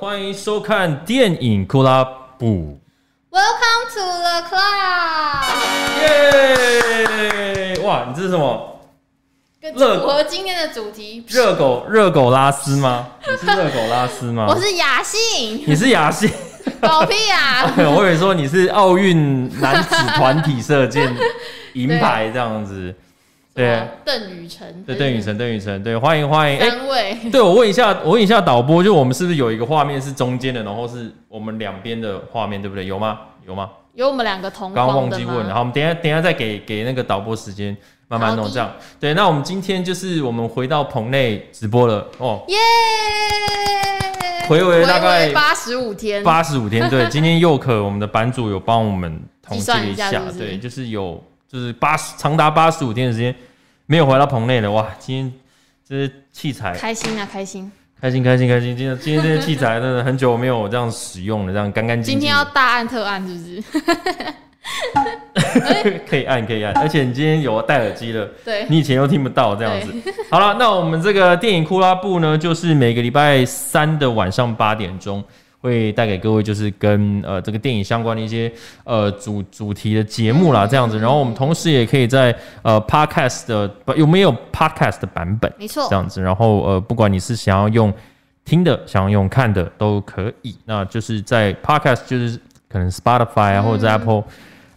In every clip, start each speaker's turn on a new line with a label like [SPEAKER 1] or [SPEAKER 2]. [SPEAKER 1] 欢迎收看电影库拉布，
[SPEAKER 2] Welcome to the club。
[SPEAKER 1] 耶！哇，你这是什么？
[SPEAKER 2] 跟
[SPEAKER 1] 乐
[SPEAKER 2] 符合今天的主题。
[SPEAKER 1] 热狗热狗拉丝吗？你是热狗拉丝吗？
[SPEAKER 2] 我是雅 信，
[SPEAKER 1] 你是雅欣，
[SPEAKER 2] 狗屁啊！
[SPEAKER 1] 我以为说你是奥运男子团体射箭银牌这样子。对，
[SPEAKER 2] 邓雨辰，
[SPEAKER 1] 对，邓雨辰，邓雨辰，对，欢迎欢迎。哎、
[SPEAKER 2] 三位，
[SPEAKER 1] 对，我问一下，我问一下导播，就我们是不是有一个画面是中间的，然后是我们两边的画面，对不对？有吗？有吗？
[SPEAKER 2] 有我们两个同
[SPEAKER 1] 刚刚忘
[SPEAKER 2] 框的
[SPEAKER 1] 记问了，
[SPEAKER 2] 吗？
[SPEAKER 1] 好，我们等一下等一下再给给那个导播时间慢慢
[SPEAKER 2] 好
[SPEAKER 1] 弄，
[SPEAKER 2] 的
[SPEAKER 1] 这样对。那我们今天就是我们回到棚内直播了哦，
[SPEAKER 2] 耶！
[SPEAKER 1] 回味大概
[SPEAKER 2] 八十五天，
[SPEAKER 1] 八十五天，对，今天又可我们的版主有帮我们统计了
[SPEAKER 2] 计算一下是不是
[SPEAKER 1] 对，就是有就是八十长达八十五天的时间没有回到棚内了，哇，今天这些器材
[SPEAKER 2] 开心啊，开心！
[SPEAKER 1] 开心开心开心，今天今天这些器材真的很久没有这样使用了，这样干干净
[SPEAKER 2] 今
[SPEAKER 1] 净
[SPEAKER 2] 天
[SPEAKER 1] 的。
[SPEAKER 2] 要大按特按是不是？
[SPEAKER 1] 可以按可以按，而且你今天有戴耳机了。
[SPEAKER 2] 对，
[SPEAKER 1] 你以前又听不到这样子。 好了，那我们这个电影库拉布呢，就是每个礼拜三的晚上八点钟。会带给各位就是跟呃这个电影相关的一些呃主主题的节目
[SPEAKER 2] 嗯
[SPEAKER 1] 啦，这样子。然后我们同时也可以在呃 podcast 的不有没有 podcast 的版本，
[SPEAKER 2] 没错
[SPEAKER 1] 这样子。然后呃不管你是想要用听的，想要用看的都可以。那就是在 podcast 就是可能 Spotify 啊，
[SPEAKER 2] 嗯
[SPEAKER 1] 或者在 Apple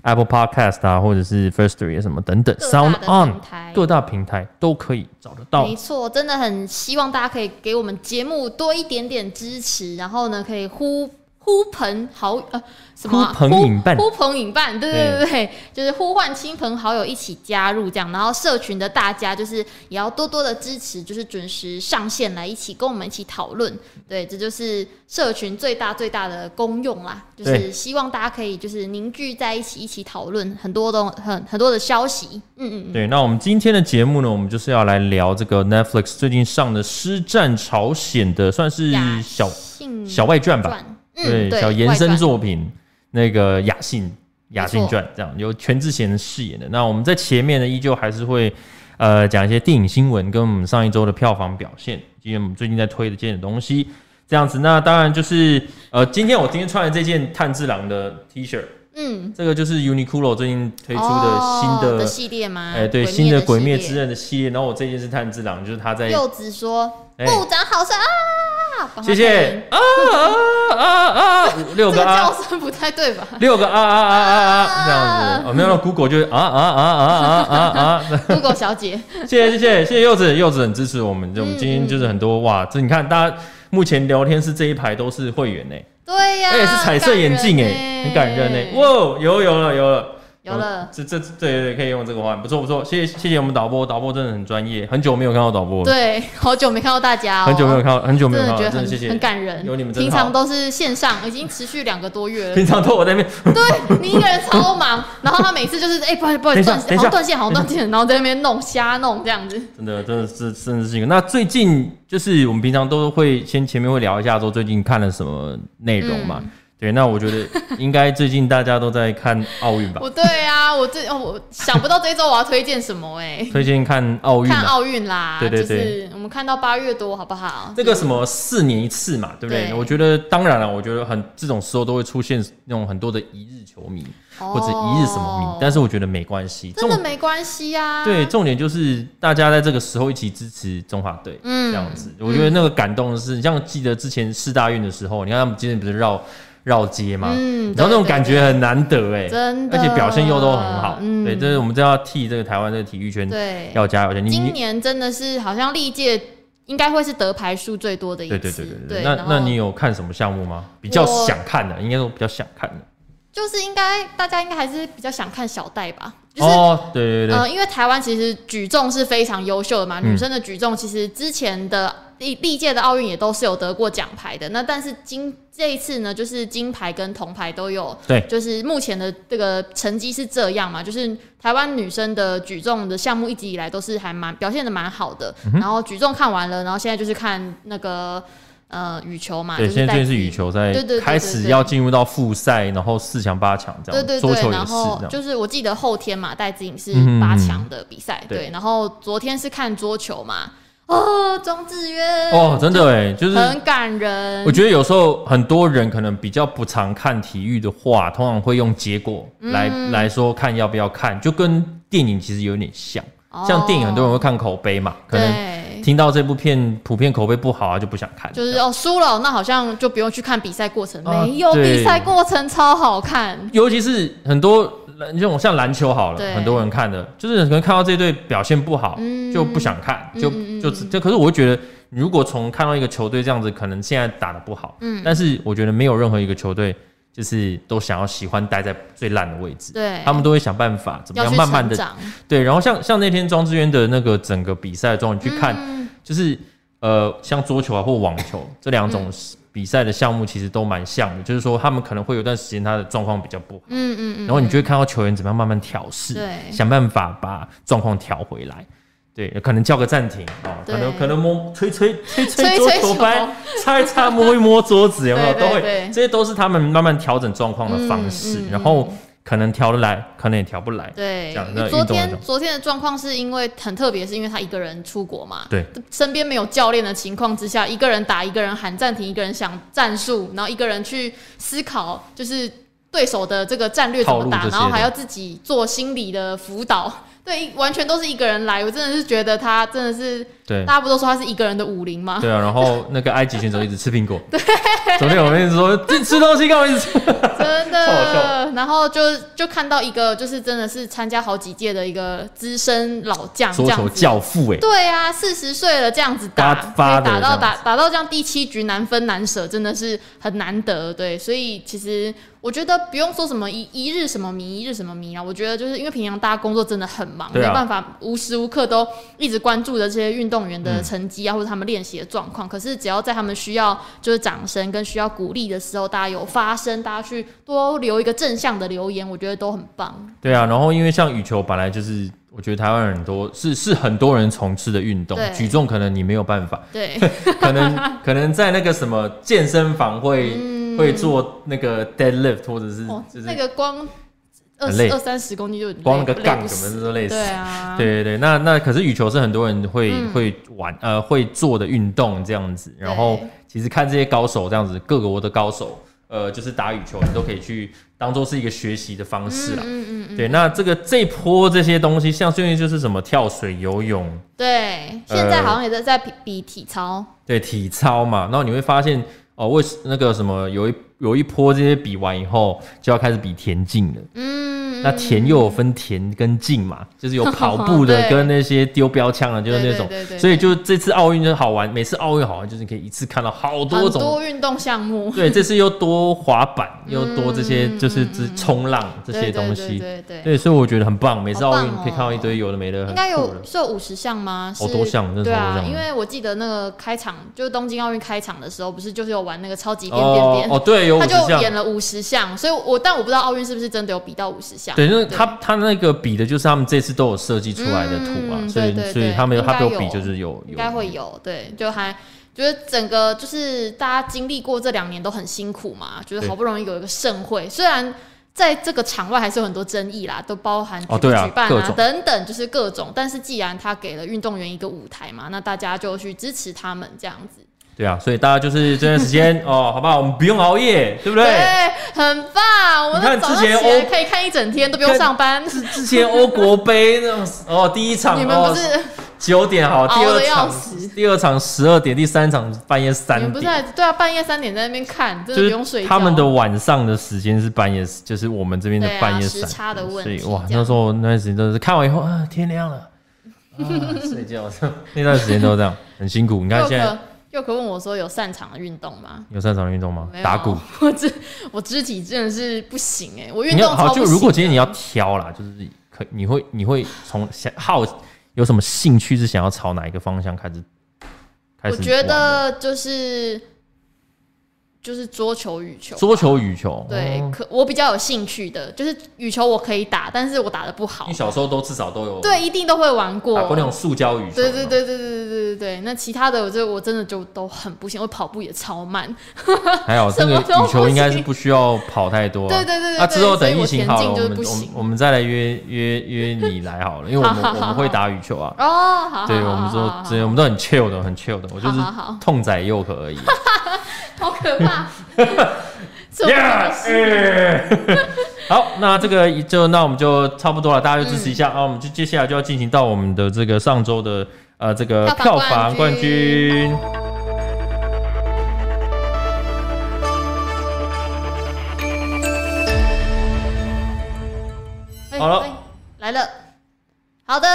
[SPEAKER 1] Apple Podcast 啊，或者是 First Story 什么等等
[SPEAKER 2] 各大
[SPEAKER 1] ，Sound
[SPEAKER 2] 的
[SPEAKER 1] On
[SPEAKER 2] 平台
[SPEAKER 1] 各大平台都可以找得到
[SPEAKER 2] 没。错，真的很希望大家可以给我们节目多一点点支持，然后呢，可以呼呼朋好呃什么啊、
[SPEAKER 1] 呼朋引伴
[SPEAKER 2] 呼朋引伴，对对对对，就是呼唤亲朋好友一起加入这样，然后社群的大家就是也要多多的支持，就是准时上线来一起跟我们一起讨论，对，这就是社群最大最大的功用啦，就
[SPEAKER 1] 对
[SPEAKER 2] 是希望大家可以就是凝聚在一起一起讨论很多东很很多的消息，嗯嗯嗯，
[SPEAKER 1] 对，那我们今天的节目呢，我们就是要来聊这个 Netflix 最近上的《师战朝鲜》的，算是
[SPEAKER 2] 雅
[SPEAKER 1] 小
[SPEAKER 2] 信
[SPEAKER 1] 小外传吧，
[SPEAKER 2] 传，嗯，
[SPEAKER 1] 对，
[SPEAKER 2] 对，
[SPEAKER 1] 小延
[SPEAKER 2] 外
[SPEAKER 1] 伸
[SPEAKER 2] 传
[SPEAKER 1] 作品那个雅信雅信
[SPEAKER 2] 没错
[SPEAKER 1] 传这样，由全智贤饰演的。那我们在前面呢，依旧还是会呃讲一些电影新闻，跟我们上一周的票房表现，以及我们最近在推的这的东西。这样子，那当然就是呃，今天我今天穿的这件炭治郎的 T 恤，
[SPEAKER 2] 嗯，
[SPEAKER 1] 这个就是 Uniqlo 最近推出的新
[SPEAKER 2] 哦
[SPEAKER 1] 的，
[SPEAKER 2] 系列吗？
[SPEAKER 1] 哎、对，
[SPEAKER 2] 鬼
[SPEAKER 1] 新的《
[SPEAKER 2] 系
[SPEAKER 1] 鬼灭
[SPEAKER 2] 列
[SPEAKER 1] 之刃》的系列。然后我这件是炭治郎，就是他在
[SPEAKER 2] 柚子说：“
[SPEAKER 1] 哎
[SPEAKER 2] 部长好帅啊！”帮
[SPEAKER 1] 谢
[SPEAKER 2] 他拍
[SPEAKER 1] 谢
[SPEAKER 2] 影，
[SPEAKER 1] 啊啊啊啊，五
[SPEAKER 2] 这
[SPEAKER 1] 六
[SPEAKER 2] 个
[SPEAKER 1] 个啊
[SPEAKER 2] 叫。声不太对吧
[SPEAKER 1] 六个啊啊啊啊啊这样子，哦，没有，那 Google 就是啊啊啊啊啊啊啊！
[SPEAKER 2] ？Google 小 姐，
[SPEAKER 1] 谢谢谢谢谢谢柚子，柚子很支持我们，
[SPEAKER 2] 嗯
[SPEAKER 1] 我们今天就是很多哇，这你看大家目前聊天室这一排都是会员呢，
[SPEAKER 2] 嗯对啊呀，
[SPEAKER 1] 哎是彩色眼镜哎，很感人呢，哇，有有了有了。哦
[SPEAKER 2] 有了，
[SPEAKER 1] 这这对对对，可以用这个话，不错不错，谢谢谢谢我们导播，导播真的很专业，很久没有看到导播了，
[SPEAKER 2] 对，好久没看到大家哦，
[SPEAKER 1] 哦很久没有看到，很久
[SPEAKER 2] 真
[SPEAKER 1] 没有
[SPEAKER 2] 的
[SPEAKER 1] 看到，
[SPEAKER 2] 觉得
[SPEAKER 1] 真的
[SPEAKER 2] 很
[SPEAKER 1] 谢谢，
[SPEAKER 2] 很感人，
[SPEAKER 1] 有你们真
[SPEAKER 2] 平
[SPEAKER 1] 好
[SPEAKER 2] 常都是线上，已经持续两个多 月了。
[SPEAKER 1] 平常都我在那边，
[SPEAKER 2] 对你一个人超忙，然后他每次就是哎、不好意思，不好意思，
[SPEAKER 1] 等一下
[SPEAKER 2] 断好像断线，好像断线，然后在那边弄瞎弄这样子。
[SPEAKER 1] 真的，真的是，真的是一个。那最近就是我们平常都会先前面会聊一下，说最近看了什么内容
[SPEAKER 2] 嗯
[SPEAKER 1] 嘛？对，那我觉得应该最近大家都在看奥运吧，
[SPEAKER 2] 我对啊，我这哦我想不到这一周我要推荐什么哎、
[SPEAKER 1] 推荐看奥运
[SPEAKER 2] 看
[SPEAKER 1] 嘛。
[SPEAKER 2] 奥运啦，
[SPEAKER 1] 对对
[SPEAKER 2] 就是我们看到八月多好不好？
[SPEAKER 1] 这个什么四年一次嘛，对不对？
[SPEAKER 2] 对
[SPEAKER 1] 我觉得当然了，我觉得很这种时候都会出现那种很多的一日球迷、或者一日什么迷
[SPEAKER 2] 哦，
[SPEAKER 1] 但是我觉得没关系。
[SPEAKER 2] 真的
[SPEAKER 1] 重
[SPEAKER 2] 没关系啊。
[SPEAKER 1] 对，重点就是大家在这个时候一起支持中华队，
[SPEAKER 2] 嗯
[SPEAKER 1] 这样子，我觉得那个感动的是，你像记得之前四大运的时候，你看他们今天不是绕绕街吗？
[SPEAKER 2] 嗯
[SPEAKER 1] 然后那种
[SPEAKER 2] 对
[SPEAKER 1] 感觉很难得哎、
[SPEAKER 2] 真的，
[SPEAKER 1] 而且表现又都很好，
[SPEAKER 2] 嗯，
[SPEAKER 1] 对，这是我们真的要替这个台湾这个体育圈
[SPEAKER 2] 对。
[SPEAKER 1] 要加油一下。你
[SPEAKER 2] 今
[SPEAKER 1] 你
[SPEAKER 2] 年真的是好像历届应该会是得牌数最多的一
[SPEAKER 1] 对
[SPEAKER 2] 次。
[SPEAKER 1] 对对对对，
[SPEAKER 2] 对
[SPEAKER 1] 那
[SPEAKER 2] 然后
[SPEAKER 1] 那你有看什么项目吗？比较
[SPEAKER 2] 我
[SPEAKER 1] 想看的，应该说比较想看的。
[SPEAKER 2] 就是应该大家应该还是比较想看小戴吧，就是
[SPEAKER 1] 哦，对对对，
[SPEAKER 2] 呃，因为台湾其实举重是非常优秀的嘛，
[SPEAKER 1] 嗯
[SPEAKER 2] 女生的举重其实之前的历历届的奥运也都是有得过奖牌的。那但是金这一次呢，就是金牌跟铜牌都有，
[SPEAKER 1] 对
[SPEAKER 2] 就是目前的这个成绩是这样嘛，就是台湾女生的举重的项目一直以来都是还蛮表现的蛮好的。
[SPEAKER 1] 嗯
[SPEAKER 2] 然后举重看完了，然后现在就是看那个呃羽球嘛，
[SPEAKER 1] 对，
[SPEAKER 2] 就是
[SPEAKER 1] 现在
[SPEAKER 2] 戴
[SPEAKER 1] 最近是
[SPEAKER 2] 资
[SPEAKER 1] 羽
[SPEAKER 2] 颖
[SPEAKER 1] 球在
[SPEAKER 2] 对对对对
[SPEAKER 1] 开始
[SPEAKER 2] 对
[SPEAKER 1] 要进入到复赛，然后四强八强这
[SPEAKER 2] 对
[SPEAKER 1] 样，
[SPEAKER 2] 对
[SPEAKER 1] 桌球
[SPEAKER 2] 对，
[SPEAKER 1] 也
[SPEAKER 2] 然
[SPEAKER 1] 是这
[SPEAKER 2] 后
[SPEAKER 1] 样。
[SPEAKER 2] 就是我记得后天嘛，戴资颖是
[SPEAKER 1] 嗯嗯嗯
[SPEAKER 2] 八强的比赛，
[SPEAKER 1] 对
[SPEAKER 2] 对，然后昨天是看桌球嘛。哦，庄智渊
[SPEAKER 1] 哦，真的哎，就是
[SPEAKER 2] 很感人。
[SPEAKER 1] 我觉得有时候很多人可能比较不常看体育的话，通常会用结果来、
[SPEAKER 2] 嗯
[SPEAKER 1] 来说看要不要看，就跟电影其实有点像。像电影很多人会看口碑嘛，可能
[SPEAKER 2] 哦对，
[SPEAKER 1] 听到这部片普遍口碑不好啊，就不想看。
[SPEAKER 2] 就是哦输了，那好像就不用去看比赛过程，
[SPEAKER 1] 啊
[SPEAKER 2] 没有
[SPEAKER 1] 对
[SPEAKER 2] 比赛过程超好看。
[SPEAKER 1] 尤其是很多篮这种像篮球好了，
[SPEAKER 2] 对
[SPEAKER 1] 很多人看的，就是可能看到这队表现不好、
[SPEAKER 2] 嗯
[SPEAKER 1] 就不想看，就
[SPEAKER 2] 嗯嗯嗯
[SPEAKER 1] 就就。可是我会觉得，你如果从看到一个球队这样子，可能现在打的不好，
[SPEAKER 2] 嗯
[SPEAKER 1] 但是我觉得没有任何一个球队就是都想要喜欢待在最烂的位置，
[SPEAKER 2] 对，
[SPEAKER 1] 他们都会想办法怎么
[SPEAKER 2] 要
[SPEAKER 1] 样
[SPEAKER 2] 去
[SPEAKER 1] 慢慢
[SPEAKER 2] 成
[SPEAKER 1] 的
[SPEAKER 2] 长，
[SPEAKER 1] 对。然后像像那天庄智渊的那个整个比赛中，你去看，
[SPEAKER 2] 嗯
[SPEAKER 1] 就是呃，像桌球啊或网球这两
[SPEAKER 2] 嗯
[SPEAKER 1] 种比赛的项目，其实都蛮像的，就是说他们可能会有段时间他的状况比较不好。
[SPEAKER 2] 嗯嗯嗯，
[SPEAKER 1] 然后你就会看到球员怎么样慢慢调试，
[SPEAKER 2] 对
[SPEAKER 1] 想办法把状况调回来。对，可能叫个暂停哦，
[SPEAKER 2] 对
[SPEAKER 1] 可能可能摸吹吹吹
[SPEAKER 2] 吹
[SPEAKER 1] 桌
[SPEAKER 2] 吹
[SPEAKER 1] 球
[SPEAKER 2] 球
[SPEAKER 1] 拍，擦一擦摸一摸桌子，有没有？
[SPEAKER 2] 对
[SPEAKER 1] 都
[SPEAKER 2] 对
[SPEAKER 1] 会
[SPEAKER 2] 对，
[SPEAKER 1] 这些都是他们慢慢调整状况的方
[SPEAKER 2] 嗯
[SPEAKER 1] 式。
[SPEAKER 2] 嗯
[SPEAKER 1] 然后可能调得来，可能也调不来。
[SPEAKER 2] 对
[SPEAKER 1] 这样那，
[SPEAKER 2] 昨
[SPEAKER 1] 运动那
[SPEAKER 2] 天
[SPEAKER 1] 种
[SPEAKER 2] 昨天的状况是因为很特别，是因为他一个人出国嘛，
[SPEAKER 1] 对，
[SPEAKER 2] 身边没有教练的情况之下，一个人打，一个人喊暂停，一个人想战术，然后一个人去思考，就是对手的这个战略怎
[SPEAKER 1] 套
[SPEAKER 2] 么
[SPEAKER 1] 路这
[SPEAKER 2] 打，
[SPEAKER 1] 些的
[SPEAKER 2] 然后还要自己做心理的辅导，对，完全都是一个人来，我真的是觉得他真的是，
[SPEAKER 1] 对
[SPEAKER 2] 大家不都说他是一个人的武林吗？
[SPEAKER 1] 对啊，然后那个埃及选手一直吃苹 果，对，昨天我们一直说这吃东西干嘛一直吃？
[SPEAKER 2] 真
[SPEAKER 1] 超好
[SPEAKER 2] 的，然后就就看到一个就是真的是参加好几届的一个资深老将，这
[SPEAKER 1] 桌
[SPEAKER 2] 样
[SPEAKER 1] 球
[SPEAKER 2] 子。
[SPEAKER 1] 教父哎，
[SPEAKER 2] 对啊，四十岁了这样子打，
[SPEAKER 1] 发发的
[SPEAKER 2] 可以打到
[SPEAKER 1] 这样
[SPEAKER 2] 打打到这样第七局难分难舍，真的是很难得。对，所以其实我觉得不用说什么一一日什么迷，一日什么迷啊，我觉得就是因为平常大家工作真的很忙，
[SPEAKER 1] 对啊
[SPEAKER 2] 没办法无时无刻都一直关注着这些运动员的成绩啊，
[SPEAKER 1] 嗯
[SPEAKER 2] 或者他们练习的状况。可是只要在他们需要就是掌声跟需要鼓励的时候，大家有发声，大家去多留一个正向的留言，我觉得都很棒。
[SPEAKER 1] 对啊，然后因为像羽球本来就是，我觉得台湾人很多是是很多人从事的运动
[SPEAKER 2] 对，
[SPEAKER 1] 举重可能你没有办 法，
[SPEAKER 2] 对，
[SPEAKER 1] 可能可能在那个什么健身房会、会做那个 deadlift 或者是
[SPEAKER 2] 嗯哦，
[SPEAKER 1] 嗯就
[SPEAKER 2] 那
[SPEAKER 1] 是
[SPEAKER 2] 个光二
[SPEAKER 1] 很累
[SPEAKER 2] 十二三十公斤就累
[SPEAKER 1] 光那个
[SPEAKER 2] 累
[SPEAKER 1] 杠
[SPEAKER 2] 不死
[SPEAKER 1] 什么的都累死。
[SPEAKER 2] 对 啊，嗯
[SPEAKER 1] 对对对，那那可是羽球是很多人会、会玩呃会做的运动这样子，然后
[SPEAKER 2] 对
[SPEAKER 1] 其实看这些高手这样子，各国的高手呃就是打羽球，你都可以去当做是一个学习的方式啦。啊
[SPEAKER 2] 嗯嗯嗯，
[SPEAKER 1] 对，那这个这一波这些东西，像最近就是什么跳水、游泳，
[SPEAKER 2] 对，现在好像也在在比比体操，
[SPEAKER 1] 对体操嘛，然后你会发现哦，为什那个什么有一有一波这些比完以后，就要开始比田径了。
[SPEAKER 2] 嗯，
[SPEAKER 1] 那田又有分田跟径嘛，就是有 跑步的
[SPEAKER 2] 对
[SPEAKER 1] 跟那些丢标枪的，就是那种
[SPEAKER 2] 对对对对。对
[SPEAKER 1] 所以就这次奥运就好玩，每次奥运好玩就是你可以一次看到好多
[SPEAKER 2] 很
[SPEAKER 1] 种。
[SPEAKER 2] 多运动项目，
[SPEAKER 1] 对，这次又多滑板，又多这些
[SPEAKER 2] 嗯
[SPEAKER 1] 就是这冲浪这些
[SPEAKER 2] 对对
[SPEAKER 1] 东
[SPEAKER 2] 对
[SPEAKER 1] 西。
[SPEAKER 2] 对对对。
[SPEAKER 1] 对，所以我觉得很棒，每次
[SPEAKER 2] 好
[SPEAKER 1] 奥
[SPEAKER 2] 棒哦
[SPEAKER 1] 运可以看到一堆有的没的，
[SPEAKER 2] 应
[SPEAKER 1] 很
[SPEAKER 2] 该
[SPEAKER 1] 酷
[SPEAKER 2] 有
[SPEAKER 1] 的。
[SPEAKER 2] 是有五十项吗？
[SPEAKER 1] 哦
[SPEAKER 2] 是
[SPEAKER 1] 多项真的
[SPEAKER 2] 对
[SPEAKER 1] 超多
[SPEAKER 2] 啊，
[SPEAKER 1] 项
[SPEAKER 2] 因为我记得那个开场就是东京奥运开场的时候，不是就是有玩那个超级变变
[SPEAKER 1] 哦
[SPEAKER 2] 变，
[SPEAKER 1] 哦，对，有五
[SPEAKER 2] 他
[SPEAKER 1] 十
[SPEAKER 2] 就
[SPEAKER 1] 项。
[SPEAKER 2] 演了五十项，所以我但我不知道奥运是不是真的有比到五十项。
[SPEAKER 1] 对，就是他他那个比的就是他们这次都有设计出来的图啊，
[SPEAKER 2] 嗯
[SPEAKER 1] 所以
[SPEAKER 2] 对对
[SPEAKER 1] 所以
[SPEAKER 2] 对
[SPEAKER 1] 他们有
[SPEAKER 2] 应该
[SPEAKER 1] 他们有比
[SPEAKER 2] 有
[SPEAKER 1] 就是有
[SPEAKER 2] 应该会有，对，就还觉得整个就是大家经历过这两年都很辛苦嘛，就是
[SPEAKER 1] 对
[SPEAKER 2] 好不容易有一个盛会，虽然在这个场外还是有很多争议啦，都包含举,、
[SPEAKER 1] 哦对啊
[SPEAKER 2] 举办
[SPEAKER 1] 各
[SPEAKER 2] 啊
[SPEAKER 1] 种
[SPEAKER 2] 等等，就是各种，但是既然他给了运动员一个舞台嘛，那大家就去支持他们这样子，
[SPEAKER 1] 对啊，所以大家就是这段时 间哦，好不好？我们不用熬夜，对不对？
[SPEAKER 2] 很棒，我
[SPEAKER 1] 你看
[SPEAKER 2] 们早上
[SPEAKER 1] 之
[SPEAKER 2] 起
[SPEAKER 1] 前
[SPEAKER 2] 来
[SPEAKER 1] 欧
[SPEAKER 2] 可以看一整天都不用
[SPEAKER 1] 看
[SPEAKER 2] 上班，
[SPEAKER 1] 之之前欧国杯那种哦，第一场
[SPEAKER 2] 你们
[SPEAKER 1] 哦
[SPEAKER 2] 不是、
[SPEAKER 1] 九点好，第
[SPEAKER 2] 熬
[SPEAKER 1] 二
[SPEAKER 2] 得要
[SPEAKER 1] 场
[SPEAKER 2] 死
[SPEAKER 1] 第二场十二点，第三场半夜
[SPEAKER 2] 你
[SPEAKER 1] 三
[SPEAKER 2] 们不是
[SPEAKER 1] 点，
[SPEAKER 2] 还对啊，半夜三点在那边看，真的不
[SPEAKER 1] 就
[SPEAKER 2] 用睡
[SPEAKER 1] 是
[SPEAKER 2] 觉。
[SPEAKER 1] 他们的晚上的时间是半夜，就是我们这边的
[SPEAKER 2] 啊对啊
[SPEAKER 1] 半夜
[SPEAKER 2] 时
[SPEAKER 1] 三、
[SPEAKER 2] 差的问
[SPEAKER 1] 所以
[SPEAKER 2] 题
[SPEAKER 1] 哇，
[SPEAKER 2] 这样
[SPEAKER 1] 那时候那段时间都是看完以后啊，天亮了。 啊，睡觉， 那段时间都这样，很辛苦。你看
[SPEAKER 2] 又
[SPEAKER 1] 现在
[SPEAKER 2] 可又可问我说有擅长的运动吗？
[SPEAKER 1] 有擅长的运动吗
[SPEAKER 2] 没？有啊
[SPEAKER 1] 打鼓。，
[SPEAKER 2] 我肢我肢体真的是不行哎、我运
[SPEAKER 1] 你要
[SPEAKER 2] 动超
[SPEAKER 1] 好，
[SPEAKER 2] 不
[SPEAKER 1] 就
[SPEAKER 2] 行。
[SPEAKER 1] 如果今天你要挑啦，就是可你会你会从想好有什么兴趣是想要朝哪一个方向开始？开
[SPEAKER 2] 我
[SPEAKER 1] 始
[SPEAKER 2] 觉
[SPEAKER 1] 玩的
[SPEAKER 2] 得就是就是桌球、羽球吧。
[SPEAKER 1] 桌球、羽球，
[SPEAKER 2] 对，
[SPEAKER 1] 哦
[SPEAKER 2] 可我比较有兴趣的就是羽球，我可以打，但是我打的不好
[SPEAKER 1] 你。小时候都至少都有
[SPEAKER 2] 对，一定都会玩过。
[SPEAKER 1] 打过那种塑胶羽球，
[SPEAKER 2] 对对，对对对对对对对。那其他的，我就我真的就都很不行，我跑步也超慢。
[SPEAKER 1] 还好这
[SPEAKER 2] 什
[SPEAKER 1] 个
[SPEAKER 2] 么都
[SPEAKER 1] 羽球应该
[SPEAKER 2] 不
[SPEAKER 1] 是
[SPEAKER 2] 行
[SPEAKER 1] 不需要跑太多啊，
[SPEAKER 2] 对对对对
[SPEAKER 1] 那
[SPEAKER 2] 对
[SPEAKER 1] 之后
[SPEAKER 2] 所以
[SPEAKER 1] 等疫
[SPEAKER 2] 我
[SPEAKER 1] 情
[SPEAKER 2] 田
[SPEAKER 1] 好了，
[SPEAKER 2] 径
[SPEAKER 1] 我
[SPEAKER 2] 就是
[SPEAKER 1] 们
[SPEAKER 2] 不
[SPEAKER 1] 我们
[SPEAKER 2] 行
[SPEAKER 1] 我们再来约约约你来好了，因为我们
[SPEAKER 2] 好好
[SPEAKER 1] 我
[SPEAKER 2] 好
[SPEAKER 1] 们会打羽球啊。
[SPEAKER 2] 哦，好，
[SPEAKER 1] 对，
[SPEAKER 2] 好
[SPEAKER 1] 我们
[SPEAKER 2] 好
[SPEAKER 1] 说
[SPEAKER 2] 好，
[SPEAKER 1] 真的，我们都很 chill 的，很 chill 的，我就是
[SPEAKER 2] 好好好
[SPEAKER 1] 痛宰佑可而 已。
[SPEAKER 2] 好可 怕。所以我觉
[SPEAKER 1] Yeah，
[SPEAKER 2] 得是
[SPEAKER 1] 哎好，那这个就那我们就差不多了，大家就支持一下、
[SPEAKER 2] 嗯
[SPEAKER 1] 啊！我们就接下来就要进行到我们的这个上周的呃这个
[SPEAKER 2] 票
[SPEAKER 1] 票
[SPEAKER 2] 房
[SPEAKER 1] 房
[SPEAKER 2] 冠
[SPEAKER 1] 冠军。
[SPEAKER 2] 哎
[SPEAKER 1] 好了
[SPEAKER 2] 哎来了。好的，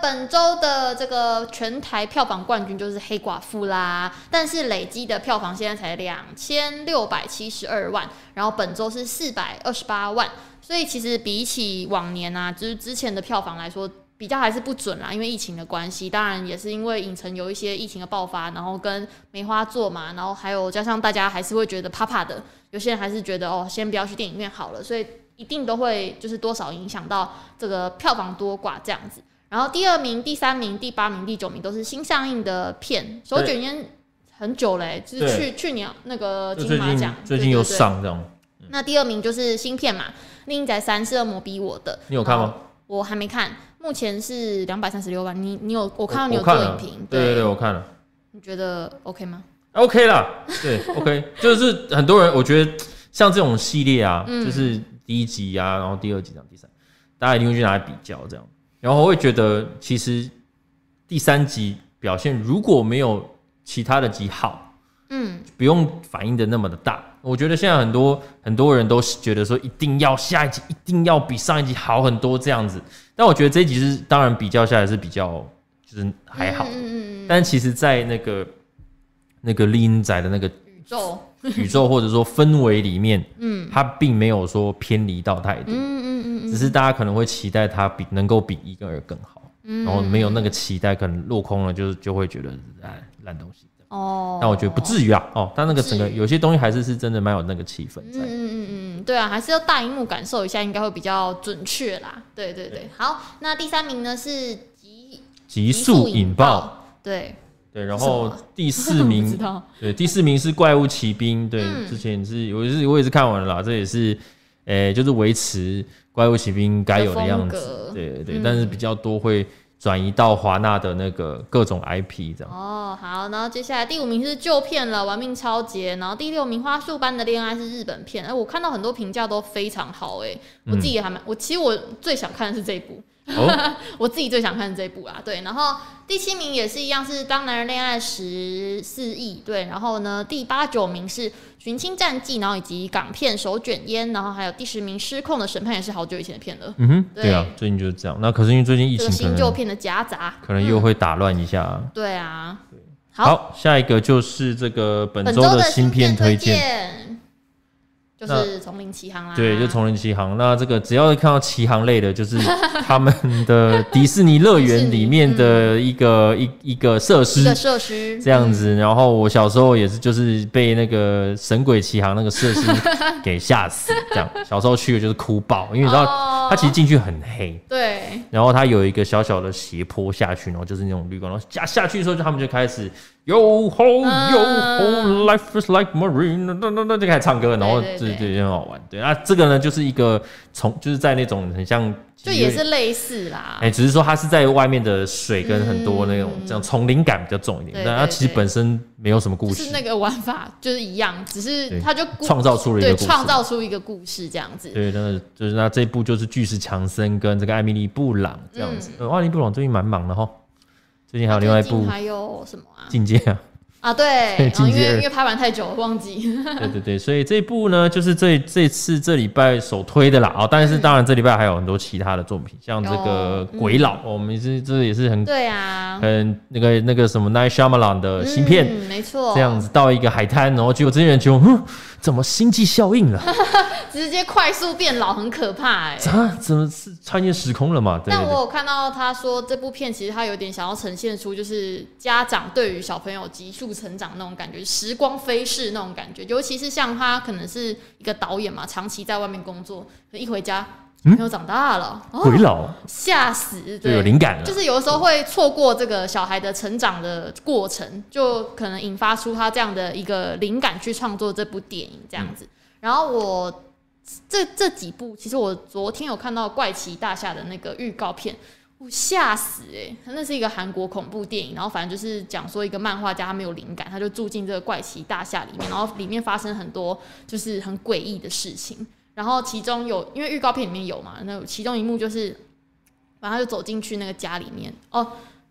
[SPEAKER 2] 本周的这个全台票房冠军就是《黑寡妇》啦，但是累积的票房现在才两千六百七十二万，然后本周是四百二十八万，所以其实比起往年啊，就是之前的票房来说，比较还是不准啦，因为疫情的关系，当然也是因为影城有一些疫情的爆发，然后跟梅花座嘛，然后还有加上大家还是会觉得怕怕的，有些人还是觉得哦，先不要去电影院好了，所以一定都会就是多少影响到这个票房多寡这样子。然后第二名、第三名、第八名、第九名都是新上映的片，手卷烟很久嘞、就是去去年那个
[SPEAKER 1] 就
[SPEAKER 2] 哦金
[SPEAKER 1] 最
[SPEAKER 2] 马
[SPEAKER 1] 近
[SPEAKER 2] 奖
[SPEAKER 1] 最近又。
[SPEAKER 2] 对对对
[SPEAKER 1] 上这样，
[SPEAKER 2] 那第二名就是新片嘛，《另一宅三》是恶魔逼我的，哦
[SPEAKER 1] 你有看吗？
[SPEAKER 2] 我还没看，目前是两百三十六万。你你有我
[SPEAKER 1] 我
[SPEAKER 2] 看到你有
[SPEAKER 1] 我
[SPEAKER 2] 做
[SPEAKER 1] 看
[SPEAKER 2] 影
[SPEAKER 1] 了
[SPEAKER 2] 评，
[SPEAKER 1] 对对对，我看了。
[SPEAKER 2] 你觉得 OK 吗？
[SPEAKER 1] OK 啦，对，OK，就是很多人，我觉得像这种系列啊，
[SPEAKER 2] 嗯
[SPEAKER 1] 就是第一集啊，然后第二集这样，第三，大家一定会去拿来比较这样，然后我会觉得其实第三集表现如果没有其他的集好，
[SPEAKER 2] 嗯，
[SPEAKER 1] 不用反应的那么的大。我觉得现在很多很多人都是觉得说一定要下一集一定要比上一集好很多这样子，但我觉得这一集是当然比较下来是比较就是还好的，
[SPEAKER 2] 嗯嗯嗯嗯，
[SPEAKER 1] 但其实，在那个那个丽英仔的那个
[SPEAKER 2] 宇宙，
[SPEAKER 1] 宇宙或者说氛围里面，
[SPEAKER 2] 嗯
[SPEAKER 1] 它并没有说偏离到太多，
[SPEAKER 2] 嗯嗯嗯
[SPEAKER 1] 只是大家可能会期待它比能够比一跟二更好，
[SPEAKER 2] 嗯，
[SPEAKER 1] 然后没有那个期待，可能落空了，就是就会觉得哎烂东西。
[SPEAKER 2] 哦，
[SPEAKER 1] 但我觉得不至于啊，哦，但那个整个
[SPEAKER 2] 不至于
[SPEAKER 1] 有些东西还是是真的蛮有那个气氛
[SPEAKER 2] 嗯
[SPEAKER 1] 在。
[SPEAKER 2] 嗯嗯嗯，对啊，还是要大荧幕感受一下，应该会比较准确啦。对对对，好，那第三名呢是极
[SPEAKER 1] 极速引爆，，
[SPEAKER 2] 对，
[SPEAKER 1] 对，然
[SPEAKER 2] 是什么
[SPEAKER 1] 后
[SPEAKER 2] 啊
[SPEAKER 1] 第四
[SPEAKER 2] 不
[SPEAKER 1] 名
[SPEAKER 2] 知道，
[SPEAKER 1] 对，第四名是怪物骑兵，对，
[SPEAKER 2] 嗯
[SPEAKER 1] 之前是我也是我也是看完了啦，这也是，诶、就是维持怪物骑兵该有的样
[SPEAKER 2] 的风
[SPEAKER 1] 子
[SPEAKER 2] 格，
[SPEAKER 1] 对对对，
[SPEAKER 2] 嗯
[SPEAKER 1] 但是比较多会转移到华纳的那个各种 IP 这样。
[SPEAKER 2] 哦，好，然后接下来第五名是旧片了，《玩命超杰》，然后第六名《花束般的恋爱》是日本片，哎、我看到很多评价都非常好、哎，我自己也还蛮，我其实我最想看的是这一部，
[SPEAKER 1] 哦，
[SPEAKER 2] 我自己最想看的这一部啦，对，然后第七名也是一样是《当男人恋爱时四亿》，对，然后呢第八九名是《寻亲战记》，然后以及港片《手卷烟》，然后还有第十名《失控的审判》也是好久以前的片了，
[SPEAKER 1] 嗯哼，
[SPEAKER 2] 对
[SPEAKER 1] 对啊，最近就是这样。那可是因为最近疫
[SPEAKER 2] 这个
[SPEAKER 1] 情可
[SPEAKER 2] 新旧
[SPEAKER 1] 能
[SPEAKER 2] 片的夹杂，
[SPEAKER 1] 可能又会打乱一下啊。
[SPEAKER 2] 对啊，好
[SPEAKER 1] 好，下一个就是这个本
[SPEAKER 2] 本
[SPEAKER 1] 周
[SPEAKER 2] 周
[SPEAKER 1] 的
[SPEAKER 2] 的
[SPEAKER 1] 新片推荐。
[SPEAKER 2] 荐就是《丛林奇航》啦，
[SPEAKER 1] 对，就《同人奇航》。那这个只要看到奇航类的，就是 他们的迪士尼乐
[SPEAKER 2] 迪士
[SPEAKER 1] 园
[SPEAKER 2] 尼
[SPEAKER 1] 里面的一个、一一个设
[SPEAKER 2] 一个
[SPEAKER 1] 施
[SPEAKER 2] 设施嗯
[SPEAKER 1] 这样子。然后我小时候也是，就是被那个《神鬼奇航》那个设 施给吓死，这样。小时候去的就是哭爆，因为你知道
[SPEAKER 2] 哦
[SPEAKER 1] 它其实进去很黑，
[SPEAKER 2] 对，
[SPEAKER 1] 然后它有一个小小的斜坡下去，然后就是那种绿光，然后下下去的时候，就他们就开始 Yo ho yo
[SPEAKER 2] 嗯
[SPEAKER 1] ho life is like marine，那那那就开始唱歌，然后
[SPEAKER 2] 对
[SPEAKER 1] 对
[SPEAKER 2] 对
[SPEAKER 1] 对
[SPEAKER 2] 对
[SPEAKER 1] 很好玩。对，那这个呢，就是一个从就是在那种很像
[SPEAKER 2] 就也是类似啦。
[SPEAKER 1] 哎、只是说它是在外面的水跟很多那种
[SPEAKER 2] 嗯
[SPEAKER 1] 这样丛林感比较重一点，
[SPEAKER 2] 对
[SPEAKER 1] 但
[SPEAKER 2] 对
[SPEAKER 1] 它其实
[SPEAKER 2] 对
[SPEAKER 1] 本身没有什么故
[SPEAKER 2] 就
[SPEAKER 1] 事
[SPEAKER 2] 是，那个玩法就是一样，只
[SPEAKER 1] 对
[SPEAKER 2] 是他就故
[SPEAKER 1] 创造出了一个
[SPEAKER 2] 对
[SPEAKER 1] 故事。
[SPEAKER 2] 创造出一个故事这样子。
[SPEAKER 1] 对，那就是那这一部就是巨石强森跟这个艾米丽布朗这样子。呃艾米丽布朗最近蛮忙的哈，最近还有另外一
[SPEAKER 2] 嗯哦最近
[SPEAKER 1] 部
[SPEAKER 2] 还有什么啊？
[SPEAKER 1] 境界 啊。
[SPEAKER 2] 啊，对，
[SPEAKER 1] 对
[SPEAKER 2] 然后因
[SPEAKER 1] 进阶
[SPEAKER 2] 为
[SPEAKER 1] 二
[SPEAKER 2] 因为拍完太久了，忘记。
[SPEAKER 1] 对对对，所以这一部呢，就是这这次这礼拜首推的啦啊、但是当然这礼拜还有很多其他的作品，像这个
[SPEAKER 2] 嗯哦
[SPEAKER 1] 《
[SPEAKER 2] 嗯
[SPEAKER 1] 鬼佬》哦我们是这也是很
[SPEAKER 2] 对啊，
[SPEAKER 1] 很那个那个什么 Night Shyamalan 的新片。
[SPEAKER 2] 嗯，没错，
[SPEAKER 1] 这样子到一个海滩，然后结果这些人就，哼，嗯怎么星际效 应了？
[SPEAKER 2] 直接快速变老很可怕 哎、
[SPEAKER 1] 啊，怎么是穿越时空了嘛？对
[SPEAKER 2] 但
[SPEAKER 1] 对
[SPEAKER 2] 我
[SPEAKER 1] 对，
[SPEAKER 2] 有看到他说这部片其实他有点想要呈现出就是家长对于小朋友急速成长那种感觉，时光飞逝那种感觉，尤其是像他可能是一个导演嘛，长期在外面工作，一回家小朋友长大了，
[SPEAKER 1] 鬼
[SPEAKER 2] 哦，
[SPEAKER 1] 佬
[SPEAKER 2] 吓死，
[SPEAKER 1] 就嗯
[SPEAKER 2] 对，
[SPEAKER 1] 有灵感了。
[SPEAKER 2] 就是有的时候会错过这个小孩的成长的过程，就可能引发出他这样的一个灵感去创作这部电影这样子。然后我这这几部，其实我昨天有看到《怪奇大厦》的那个预告片。我吓死哎、欸！那是一个韩国恐怖电影，然后反正就是讲说一个漫画家他没有灵感，他就住进这个怪奇大厦里面，然后里面发生很多就是很诡异的事情。然后其中有因为预告片里面有嘛，那其中一幕就是然后他就走进去那个家里面，哦，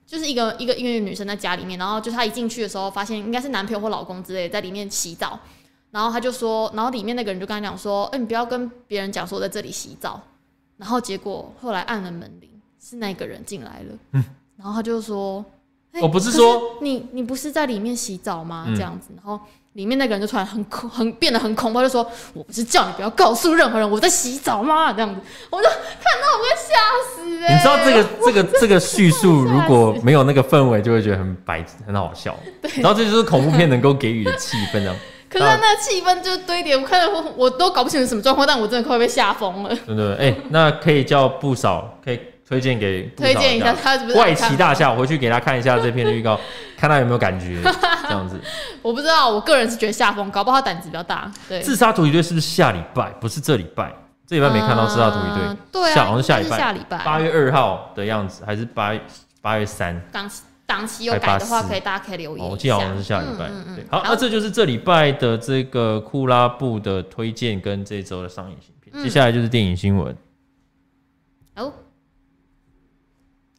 [SPEAKER 2] 就是一个一个一个女生在家里面，然后就她一进去的时候，发现应该是男朋友或老公之类的在里面洗澡，然后她就说，然后里面那个人就跟她讲说，哎、你不要跟别人讲说我在这里洗澡，然后结果后来按了门铃，是那个人进来了，嗯，然后她就说，哎
[SPEAKER 1] 哦不是
[SPEAKER 2] 可
[SPEAKER 1] 说
[SPEAKER 2] 你你不是在里面洗澡吗？
[SPEAKER 1] 嗯
[SPEAKER 2] 这样子，然后。里面那个人就突然很恐，很变得很恐怖，他就说：“我不是叫你不要告诉任何人我在洗澡吗？”这样子，我就看到我会吓死、欸。
[SPEAKER 1] 你知道 这个这个这个叙述如果没有那个氛围，就会觉得很白很好笑。然后这就是恐怖片能够给予的气氛啊，
[SPEAKER 2] 可是他那个气氛就堆叠，我看到我我都搞不清楚什么状况，但我真的快被吓疯了。
[SPEAKER 1] 真的。哎、那可以叫不少，可以推荐给不少
[SPEAKER 2] 推荐一下
[SPEAKER 1] 大家
[SPEAKER 2] 他是不是
[SPEAKER 1] 怪奇大厦，我回去给他看一下这片的预告， 看他有没有感觉这样子。
[SPEAKER 2] 我不知道，我个人是觉得吓疯，搞不好他胆子比较大。 对，
[SPEAKER 1] 自杀突击队是不是下礼拜？不是这礼拜，这礼拜没看到自杀突击队
[SPEAKER 2] 嗯，对啊，
[SPEAKER 1] 下好像是下
[SPEAKER 2] 应
[SPEAKER 1] 礼
[SPEAKER 2] 该
[SPEAKER 1] 拜，
[SPEAKER 2] 是下礼拜
[SPEAKER 1] 八月二号的样子，还是八八月三？
[SPEAKER 2] 档期档期有改的
[SPEAKER 1] 还
[SPEAKER 2] 话，
[SPEAKER 1] 八四
[SPEAKER 2] 可以大家可以留意一
[SPEAKER 1] 哦，
[SPEAKER 2] 下。
[SPEAKER 1] 我记得好像是下礼拜。
[SPEAKER 2] 嗯嗯
[SPEAKER 1] 对
[SPEAKER 2] 嗯，
[SPEAKER 1] 好，那这就是这礼拜的这个库拉布的推荐跟这周的上映新片。
[SPEAKER 2] 嗯
[SPEAKER 1] 接下来就是电影新闻。
[SPEAKER 2] 哦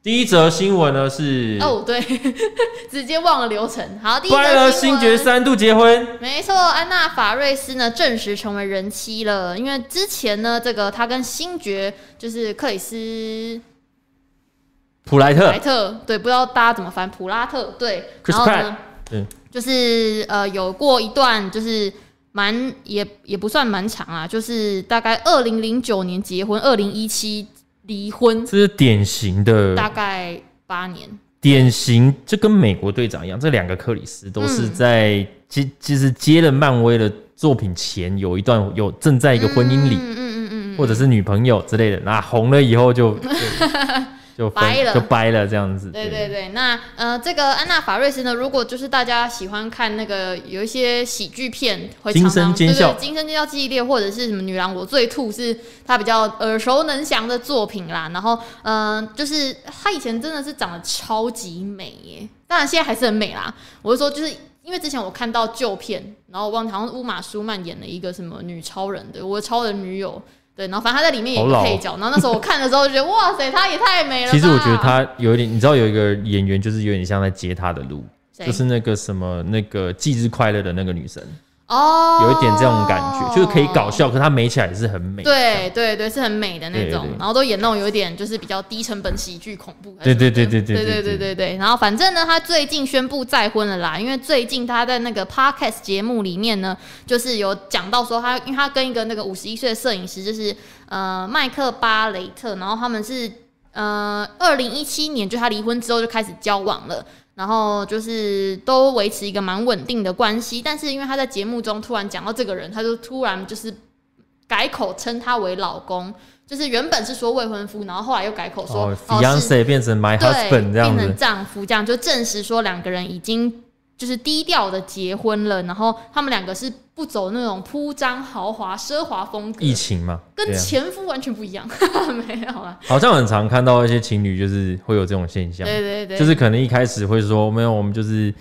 [SPEAKER 1] 第一则新闻呢是
[SPEAKER 2] 哦，对， 直接忘了流程。好，第一
[SPEAKER 1] 布莱德
[SPEAKER 2] 个
[SPEAKER 1] 星
[SPEAKER 2] 闻
[SPEAKER 1] 爵三度结婚，
[SPEAKER 2] 没错，安娜法瑞斯呢正式成为人妻了。因为之前呢，这个她跟星爵就是克里斯
[SPEAKER 1] 普莱特
[SPEAKER 2] 莱特，对，不知道大家怎么翻普拉特，对，
[SPEAKER 1] Chris
[SPEAKER 2] 然后呢
[SPEAKER 1] Pratt，嗯，
[SPEAKER 2] 就是呃有过一段就是蛮也也不算蛮长啊，就是大概二零零九年结婚，二零一七离婚，
[SPEAKER 1] 这是典型
[SPEAKER 2] 大
[SPEAKER 1] 的
[SPEAKER 2] 概八年，
[SPEAKER 1] 典型，就跟美国队长一样，这两个克里斯都是
[SPEAKER 2] 嗯
[SPEAKER 1] 在其其实接了漫威的作品前，有一段有正在一个婚姻里，
[SPEAKER 2] 嗯嗯嗯嗯
[SPEAKER 1] 或者是女朋友之类的，那红了以后就 就就分
[SPEAKER 2] 掰了
[SPEAKER 1] 就掰了这样子。
[SPEAKER 2] 对对对，那呃，这个安娜法瑞斯呢，如果就是大家喜欢看那个有一些喜剧片，会常
[SPEAKER 1] 惊
[SPEAKER 2] 常
[SPEAKER 1] 声尖笑
[SPEAKER 2] 对对惊声尖叫系列，或者是什么女郎我最吐，是他比较耳熟能详的作品啦。然后嗯、呃就是她以前真的是长得超级美耶，当然现在还是很美啦。我是说，就是因为之前我看到旧片，然后我忘记好像是乌玛舒曼演了一个什么女超人的，我的超人女友。对，然后反正她在里面也
[SPEAKER 1] 好老
[SPEAKER 2] 是配角，然后那时候我看的时候就觉得，哇塞，她也太美了吧。
[SPEAKER 1] 其实我觉得他有一点，你知道有一个演员就是有点像在接他的路，
[SPEAKER 2] 谁
[SPEAKER 1] 就是那个什么那个《忌日快乐》的那个女生，
[SPEAKER 2] 哦，
[SPEAKER 1] 有一点这种感觉，就是可以搞。笑，可她美起来也是很美。
[SPEAKER 2] 对对对，是很美的那种，
[SPEAKER 1] 对对
[SPEAKER 2] 然后都演那种有点就是比较低成本喜剧恐怖还
[SPEAKER 1] 对
[SPEAKER 2] 是什么的。
[SPEAKER 1] 对对对对
[SPEAKER 2] 对
[SPEAKER 1] 对
[SPEAKER 2] 对对对对。然后反正呢，他最近宣布再婚了啦，因为最近他在那个 podcast 节目里面呢，就是有讲到说他，因为他跟一个那个五十一岁的摄影师，就是呃麦克巴雷特，然后他们是呃二零一七年就他离婚之后就开始交往了。然后就是都维持一个蛮稳定的关系，但是因为他在节目中突然讲到这个人，他就突然就是改口称他为老公，就是原本是说未婚夫，然后后来又改口说
[SPEAKER 1] 哦
[SPEAKER 2] 是
[SPEAKER 1] ，Fiance 变成 My
[SPEAKER 2] 对，
[SPEAKER 1] Husband 这样
[SPEAKER 2] 变
[SPEAKER 1] 子
[SPEAKER 2] 成，丈夫这样，就证实说两个人已经就是低调的结婚了，然后他们两个是不走那种铺张豪华、奢华风格
[SPEAKER 1] 疫，情嘛，
[SPEAKER 2] 跟
[SPEAKER 1] 对啊，
[SPEAKER 2] 前夫完全不一样， 没有啊，
[SPEAKER 1] 好像很常看到一些情侣就是会有这种现象，
[SPEAKER 2] 对对对，
[SPEAKER 1] 就是可能一开始会说没有，我们就是。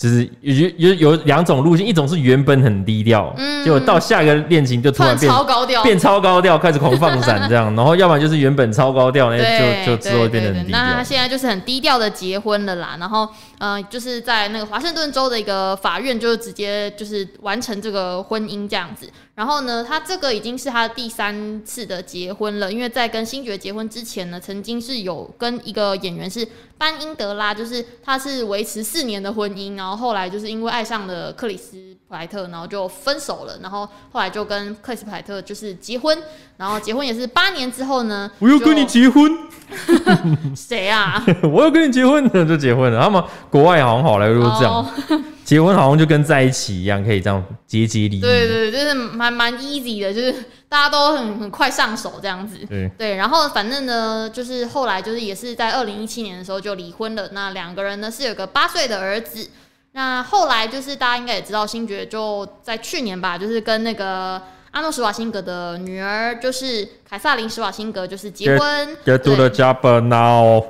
[SPEAKER 1] 就是有有有两种路线，一种是原本很低调，
[SPEAKER 2] 嗯
[SPEAKER 1] 结果到下一个恋情就突
[SPEAKER 2] 突
[SPEAKER 1] 然
[SPEAKER 2] 然
[SPEAKER 1] 变
[SPEAKER 2] 超高调。
[SPEAKER 1] 变超高调，开始狂放闪这 样，然后要不然就是原本超高调，那
[SPEAKER 2] 对，
[SPEAKER 1] 就就之后
[SPEAKER 2] 对
[SPEAKER 1] 变得
[SPEAKER 2] 对
[SPEAKER 1] 很低
[SPEAKER 2] 对那
[SPEAKER 1] 调
[SPEAKER 2] 他。现在就是很低调的结婚了啦，然后呃，就是在那个华盛顿州的一个法院，就直接就是完成这个婚姻这样子。然后呢，他这个已经是他第三次的结婚了，因为在跟星爵结婚之前呢，曾经是有跟一个演员是班英德拉，就是他是维持四年的婚姻，然然后后来就是因为爱上了克里斯普莱特，然后就分手了，然后后来就跟克里斯普莱特就是结婚，然后结婚也是八年之后呢，
[SPEAKER 1] 我要跟你
[SPEAKER 2] 就
[SPEAKER 1] 结婚，
[SPEAKER 2] 谁啊？
[SPEAKER 1] 我要跟你结婚， 就结婚了。他们国外好像好莱坞都这样，
[SPEAKER 2] 哦
[SPEAKER 1] 结婚好像就跟在一起一样，可以这样结结离离。
[SPEAKER 2] 对对，对就是蛮蛮 easy 的，就是大家都很很快上手这样子。
[SPEAKER 1] 对
[SPEAKER 2] 对，然后反正呢，就是后来就是也是在二零一七年的时候就离婚了。那两个人呢是有个八岁的儿子。那后来就是大家应该也知道，星爵就在去年吧，就是跟那个阿诺·施瓦辛格的女儿，就是凯撒琳·施瓦辛格，就是结婚。
[SPEAKER 1] Get to the job now.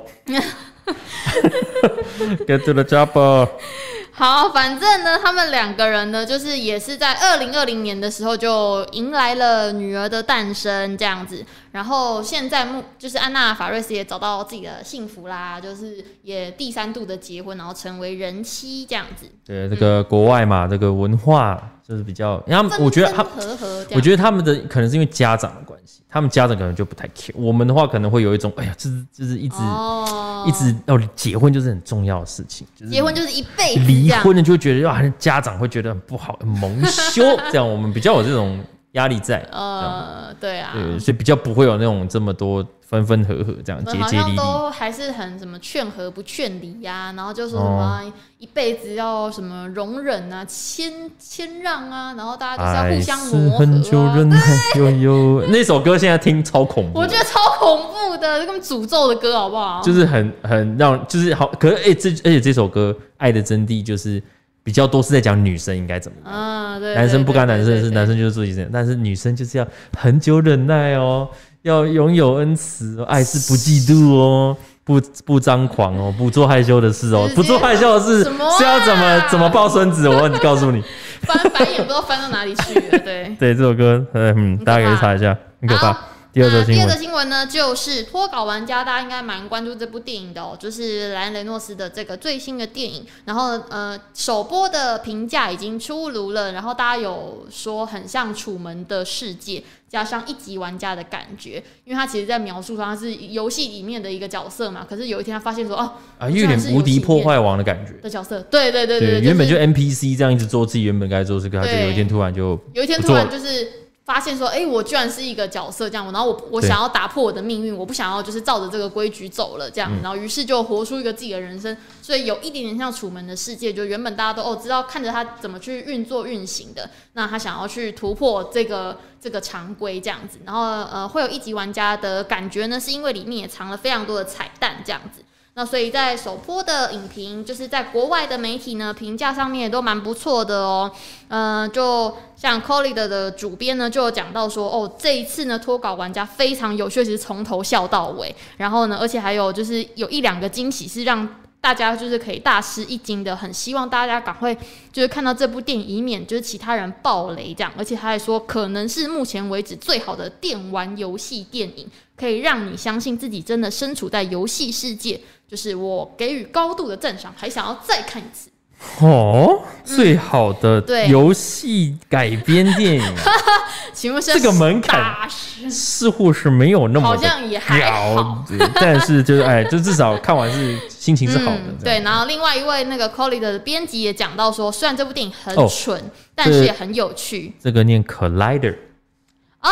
[SPEAKER 1] Get to the job.
[SPEAKER 2] 好，反正呢，他们两个人呢，就是也是在二零二零年的时候就迎来了女儿的诞生这样子。然后现在目就是安娜法瑞斯也找到自己的幸福啦，就是也第三度的结婚，然后成为人妻这样子，
[SPEAKER 1] 对，这个国外嘛，这个文化就是比较，因为他们我觉得他
[SPEAKER 2] 分，分合合这
[SPEAKER 1] 我
[SPEAKER 2] 样。
[SPEAKER 1] 觉得他们的可能是因为家长的关系，他们家长可能就不太 care。我们的话可能会有一种，哎呀，这是这是一直、
[SPEAKER 2] 哦
[SPEAKER 1] 一直要结婚就是很重要的事情，就是
[SPEAKER 2] 结婚就是一辈子这
[SPEAKER 1] 离
[SPEAKER 2] 样。
[SPEAKER 1] 婚了就会觉得啊，家长会觉得很不好，很蒙羞，这样我们比较有这种压力在，
[SPEAKER 2] 呃，对啊，
[SPEAKER 1] 对，所以比较不会有那种这么多分分合合这样
[SPEAKER 2] 我
[SPEAKER 1] 结
[SPEAKER 2] 们好
[SPEAKER 1] 结离
[SPEAKER 2] 像
[SPEAKER 1] 离。
[SPEAKER 2] 都还是很什么劝和不劝离呀、然后就说什么
[SPEAKER 1] 哦
[SPEAKER 2] 啊、一辈子要什么容忍啊、谦谦让啊，然后大家就是要
[SPEAKER 1] 爱
[SPEAKER 2] 互相
[SPEAKER 1] 是
[SPEAKER 2] 磨
[SPEAKER 1] 很久
[SPEAKER 2] 合啊。
[SPEAKER 1] 忍耐，悠悠。哎那首歌现在听超恐怖
[SPEAKER 2] 我
[SPEAKER 1] 的，
[SPEAKER 2] 觉得超恐怖的，根本诅咒的歌，好不好？
[SPEAKER 1] 就是很很让，就是好。可是哎、这而且这首歌《爱的真谛》就是比较多是在讲女生应该怎么样。
[SPEAKER 2] 嗯，对，
[SPEAKER 1] 男生不干男生的事，
[SPEAKER 2] 是
[SPEAKER 1] 男生就是做己这样，但是女生就是要很久忍耐哦，要拥有恩慈哦，爱是不嫉妒哦，不不张狂哦，不做害羞的事哦
[SPEAKER 2] 直，接
[SPEAKER 1] 不做害羞的事
[SPEAKER 2] 什么啊
[SPEAKER 1] 是要怎么怎么抱孙子？哦我告诉你，
[SPEAKER 2] 翻白眼不知道翻到哪里去了，对。
[SPEAKER 1] 对这首歌，嗯，大家可以查一下，很可怕
[SPEAKER 2] 好。
[SPEAKER 1] 第二则
[SPEAKER 2] 那
[SPEAKER 1] 新
[SPEAKER 2] 第二
[SPEAKER 1] 闻
[SPEAKER 2] 则，新闻呢，就是脱稿玩家，大家应该蛮关注这部电影的哦，就是莱恩雷诺斯的这个最新的电影。然后呃，首播的评价已经出炉了，然后大家有说很像《楚门的世界》，加上一级玩家的感觉，因为他其实在描述说他是游戏里面的一个角色嘛。可是有一天他发现说，哦，
[SPEAKER 1] 啊，有点无敌破坏王的感觉。
[SPEAKER 2] 的角色，对对对
[SPEAKER 1] 对，
[SPEAKER 2] 对，
[SPEAKER 1] 原本
[SPEAKER 2] 是
[SPEAKER 1] 就 NPC 这样一直做自己原本该做的事，可他就
[SPEAKER 2] 对
[SPEAKER 1] 有一天突然就
[SPEAKER 2] 有一天
[SPEAKER 1] 不
[SPEAKER 2] 突
[SPEAKER 1] 做
[SPEAKER 2] 然
[SPEAKER 1] 了
[SPEAKER 2] 就是发现说，哎、我居然是一个角色这样，然后我我
[SPEAKER 1] 对
[SPEAKER 2] 想要打破我的命运，我不想要就是照着这个规矩走了这样，然后于是就活出一个自己的人生，所以有一点点像《楚门的世界》，就原本大家都哦知道看着他怎么去运作运行的，那他想要去突破这个这个常规这样子，然后呃会有一级玩家的感觉呢，是因为里面也藏了非常多的彩蛋这样子。那所以在首播的影评，就是在国外的媒体呢评价上面也都蛮不错的哦。嗯、就像 c o l i d 的主编呢就有讲到说，哦，这一次呢脱稿玩家非常有趣，其实从头笑到尾。然后呢，而且还有就是有一两个惊喜是让。大家就是可以大吃一惊的，很希望大家赶快就是看到这部电影，以免就是其他人爆雷这样。而且他还说，可能是目前为止最好的电玩游戏电影，可以让你相信自己真的身处在游戏世界。就是我给予高度的赞赏，还想要再看一次。嗯
[SPEAKER 1] 哦，最好的
[SPEAKER 2] 对
[SPEAKER 1] 游戏改编电影啊、
[SPEAKER 2] 请问 是
[SPEAKER 1] 这个门槛
[SPEAKER 2] 大师
[SPEAKER 1] 似乎是没有那么
[SPEAKER 2] 好
[SPEAKER 1] 的
[SPEAKER 2] 像也还好。
[SPEAKER 1] 高，对但是就是哎，就至少看完是心情是好的。
[SPEAKER 2] 嗯，
[SPEAKER 1] 这样
[SPEAKER 2] 对。然后另外一位那个 c o l i 的编辑也讲到说，虽然这部电影很
[SPEAKER 1] 哦
[SPEAKER 2] 蠢，但是
[SPEAKER 1] 对
[SPEAKER 2] 也很有趣
[SPEAKER 1] 这个念 collider，collider，
[SPEAKER 2] 哦。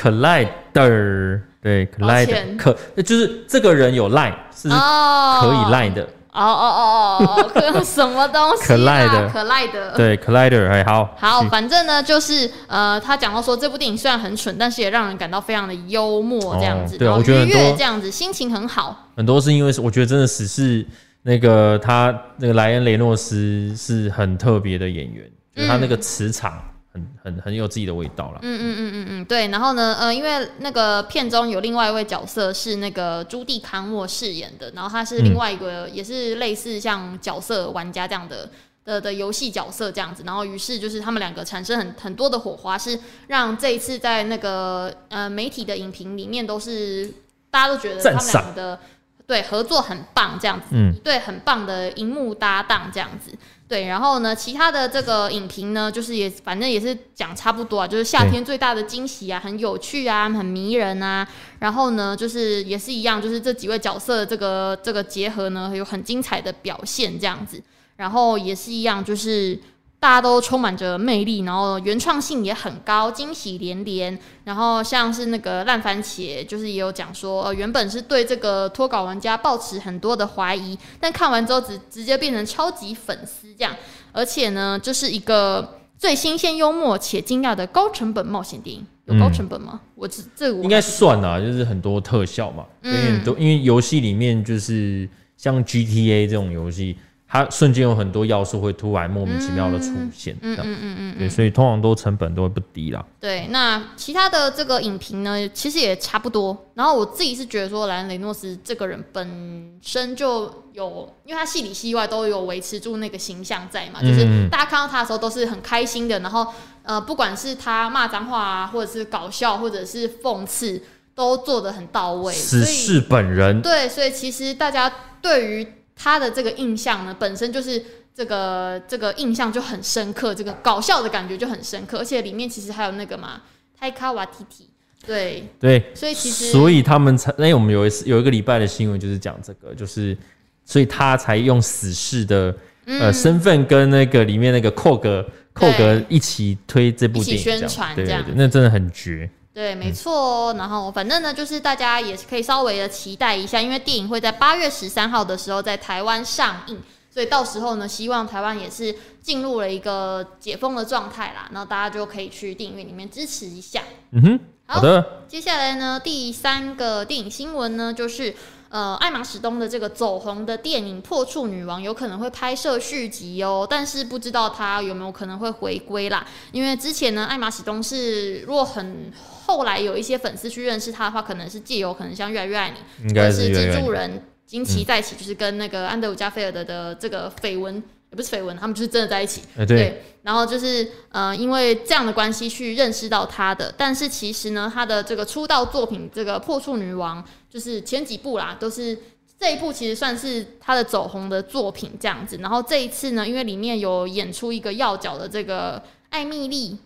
[SPEAKER 2] Collide，
[SPEAKER 1] 对
[SPEAKER 2] 抱
[SPEAKER 1] collider，
[SPEAKER 2] 歉
[SPEAKER 1] 可就是这个人有 line，是
[SPEAKER 2] 哦，
[SPEAKER 1] 可以 line 的。
[SPEAKER 2] 哦哦哦哦哦，可什么东西啊
[SPEAKER 1] Collide
[SPEAKER 2] 可赖的，
[SPEAKER 1] 对 collider，哎，好，
[SPEAKER 2] 好，
[SPEAKER 1] 继续
[SPEAKER 2] 反正呢，就是呃，他讲到说这部电影虽然很蠢，但是也让人感到非常的幽默这样子，
[SPEAKER 1] 哦对
[SPEAKER 2] 然后
[SPEAKER 1] 我觉得很
[SPEAKER 2] 愉
[SPEAKER 1] 多
[SPEAKER 2] 悦这样子，心情很好。
[SPEAKER 1] 很多是因为我觉得真的只是那个他那个莱恩雷诺斯是很特别的演员，就是他那个磁场很很很有自己的味道了。
[SPEAKER 2] 嗯嗯嗯嗯嗯，对。然后呢，呃，因为那个片中有另外一位角色是那个朱蒂康莫饰演的，然后他是另外一个、也是类似像角色玩家这样的。的的游戏角色这样子，然后于是就是他们两个产生很很多的火花，是让这一次在那个呃媒体的影评里面都是大家都觉得他
[SPEAKER 1] 赞
[SPEAKER 2] 们
[SPEAKER 1] 赏
[SPEAKER 2] 两个的对合作很棒这样子，
[SPEAKER 1] 嗯
[SPEAKER 2] 一对很棒的荧幕搭档这样子。对，然后呢，其他的这个影评呢，就是也反正也是讲差不多啊，就是夏天最大的惊喜啊，很有趣啊，很迷人啊。然后呢，就是也是一样，就是这几位角色的这个这个结合呢，有很精彩的表现这样子。然后也是一样，就是大家都充满着魅力，然后原创性也很高，惊喜连连。然后像是那个烂番茄，就是也有讲说，呃，原本是对这个脱稿玩家抱持很多的怀疑，但看完之后直直接变成超级粉丝这样，而且呢，就是一个最新鲜、幽默且惊讶的高成本冒险电影。有高成本吗？我这这我
[SPEAKER 1] 应该算啦，就是很多特效嘛，
[SPEAKER 2] 嗯
[SPEAKER 1] 因为很多因为游戏里面就是像 GTA 这种游戏，它瞬间有很多要素会突然莫名其妙的出现，这样，
[SPEAKER 2] 嗯嗯嗯
[SPEAKER 1] 对，所以通常都成本都会不低啦。
[SPEAKER 2] 对，那其他的这个影评呢，其实也差不多。然后我自己是觉得说，莱恩雷诺斯这个人本身就有，因为他戏里戏外都有维持住那个形象在嘛，就是
[SPEAKER 1] 嗯
[SPEAKER 2] 大家看到他的时候都是很开心的。然后呃，不管是他骂脏话啊，或者是搞笑，或者是讽刺，都做得很到位。所
[SPEAKER 1] 死
[SPEAKER 2] 以
[SPEAKER 1] 侍本人
[SPEAKER 2] 对，所以其实大家对于他的这个印象呢，本身就是这个这个印象就很深刻，这个搞笑的感觉就很深刻，而且里面其实还有那个嘛，泰卡瓦提提，对，
[SPEAKER 1] 对，
[SPEAKER 2] 所以其实
[SPEAKER 1] 所以他们才，因为我们有一次有一个礼拜的新闻就是讲这个，就是所以他才用死侍的、
[SPEAKER 2] 嗯
[SPEAKER 1] 呃身份跟那个里面那个寇格寇格一起推这部
[SPEAKER 2] 一
[SPEAKER 1] 电
[SPEAKER 2] 起
[SPEAKER 1] 影这样，
[SPEAKER 2] 宣传
[SPEAKER 1] 对
[SPEAKER 2] 这
[SPEAKER 1] 对
[SPEAKER 2] 样
[SPEAKER 1] 对，那真的很绝。
[SPEAKER 2] 对，没错哦、然后反正呢，就是大家也是可以稍微的期待一下，因为电影会在八月十三号的时候在台湾上映，所以到时候呢，希望台湾也是进入了一个解封的状态啦，然后大家就可以去电影院里面支持一下。
[SPEAKER 1] 嗯哼，
[SPEAKER 2] 好
[SPEAKER 1] 好的，
[SPEAKER 2] 接下来呢，第三个电影新闻呢，就是呃，艾玛史东的这个走红的电影《破处女王》有可能会拍摄续集哦，但是不知道她有没有可能会回归啦。因为之前呢，艾玛史东是如果很后来有一些粉丝去认识她的话，可能是借由可能像《越来越爱你》
[SPEAKER 1] 应
[SPEAKER 2] 或
[SPEAKER 1] 该
[SPEAKER 2] 者
[SPEAKER 1] 是
[SPEAKER 2] 是
[SPEAKER 1] 越来嗯
[SPEAKER 2] 蜘
[SPEAKER 1] 越
[SPEAKER 2] 蛛人惊奇在一起，就是跟那个安德鲁加菲尔德的这个绯闻，也不是绯闻，他们就是真的在一起。
[SPEAKER 1] 呃对，
[SPEAKER 2] 然后就是呃，因为这样的关系去认识到他的，但是其实呢，他的这个出道作品《这个破处女王》，就是前几部啦，都是这一部其实算是他的走红的作品这样子。然后这一次呢，因为里面有演出一个要角的这个艾蜜莉，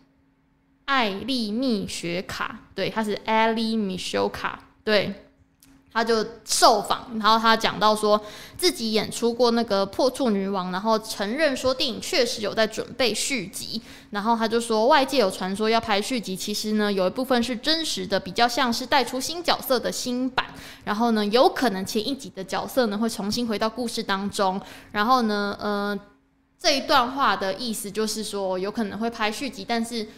[SPEAKER 2] 艾莉蜜雪卡，对，她是 Ellie Michelle 卡，对。她就受访，然后她讲到说，自己演出过那个《破处女王》，然后承认说电影确实有在准备续集。然后他就说，外界有传说要拍续集，其实呢有一部分是真实的，比较像是带出新角色的新版。然后呢，有可能前一集的角色呢会重新回到故事当中。然后呢，呃，这一段话的意思就是说，有可能会拍续集，但是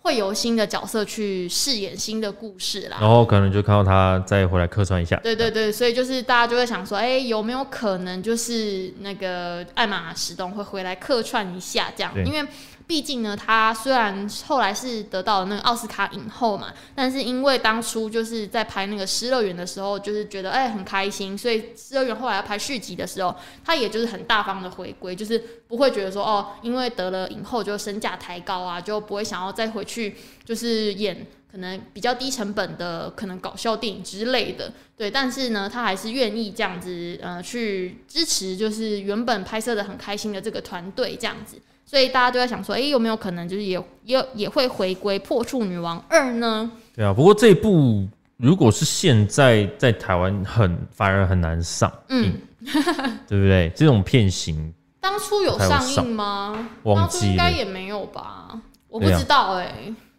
[SPEAKER 2] 会由新的角色去饰演新的故事啦。
[SPEAKER 1] 然后可能就看到他再回来客串一下。
[SPEAKER 2] 对对对，所以就是大家就会想说，哎、有没有可能就是那个艾玛史东会回来客串一下这样？
[SPEAKER 1] 对
[SPEAKER 2] 因为毕竟呢，她虽然后来是得到了那个奥斯卡影后嘛，但是因为当初就是在拍那个《失乐园》的时候，就是觉得哎、很开心，所以《失乐园》后来要拍续集的时候，她也就是很大方的回归，就是不会觉得说哦，因为得了影后就身价抬高啊，就不会想要再回去就是演可能比较低成本的可能搞笑电影之类的，对。但是呢，他还是愿意这样子呃去支持，就是原本拍摄的很开心的这个团队这样子。所以大家都在想说，诶，有没有可能就是也也也会回归《破处女王二》呢？
[SPEAKER 1] 对啊，不过这一部如果是现在在台湾很反而很难上，
[SPEAKER 2] 嗯，
[SPEAKER 1] 对不对？这种片型
[SPEAKER 2] 当初有上映吗？
[SPEAKER 1] 忘
[SPEAKER 2] 当初应
[SPEAKER 1] 记
[SPEAKER 2] 该
[SPEAKER 1] 了，
[SPEAKER 2] 也没有吧，我不
[SPEAKER 1] 对啊
[SPEAKER 2] 知道哎、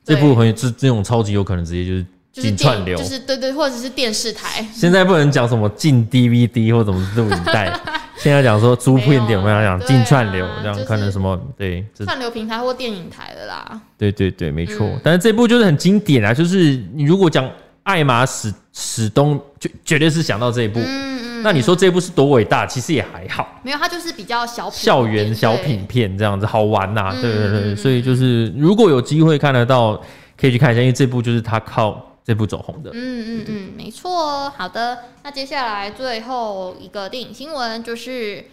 [SPEAKER 1] 这
[SPEAKER 2] 对
[SPEAKER 1] 部很这这种超级有可能直接就是
[SPEAKER 2] 就是
[SPEAKER 1] 进
[SPEAKER 2] 电
[SPEAKER 1] 串
[SPEAKER 2] 影，
[SPEAKER 1] 流，
[SPEAKER 2] 就是对对，或者是电视台，
[SPEAKER 1] 现在不能讲什么进 DVD 或怎么录影 带，现在讲说租片点，我
[SPEAKER 2] 没
[SPEAKER 1] 们要
[SPEAKER 2] 有
[SPEAKER 1] 讲
[SPEAKER 2] 对啊
[SPEAKER 1] 进串流，这
[SPEAKER 2] 就是
[SPEAKER 1] 样可能什么对，这
[SPEAKER 2] 串流平台或电影台的啦。
[SPEAKER 1] 对对对，没错。
[SPEAKER 2] 嗯
[SPEAKER 1] 但是这部就是很经典啊，就是你如果讲艾玛史史东，就绝对是想到这一部。
[SPEAKER 2] 嗯嗯，
[SPEAKER 1] 那你说这部是多伟大？其实也还好，
[SPEAKER 2] 没有，它就是比较小品
[SPEAKER 1] 校园
[SPEAKER 2] 对
[SPEAKER 1] 小品片这样子好玩呐、
[SPEAKER 2] 嗯
[SPEAKER 1] 对对
[SPEAKER 2] 嗯
[SPEAKER 1] 对，
[SPEAKER 2] 嗯
[SPEAKER 1] 所以就是如果有机会看得到，可以去看一下，因为这部就是他靠这部走红的。
[SPEAKER 2] 嗯嗯嗯，没错哦。好的，那接下来最后一个电影新闻就是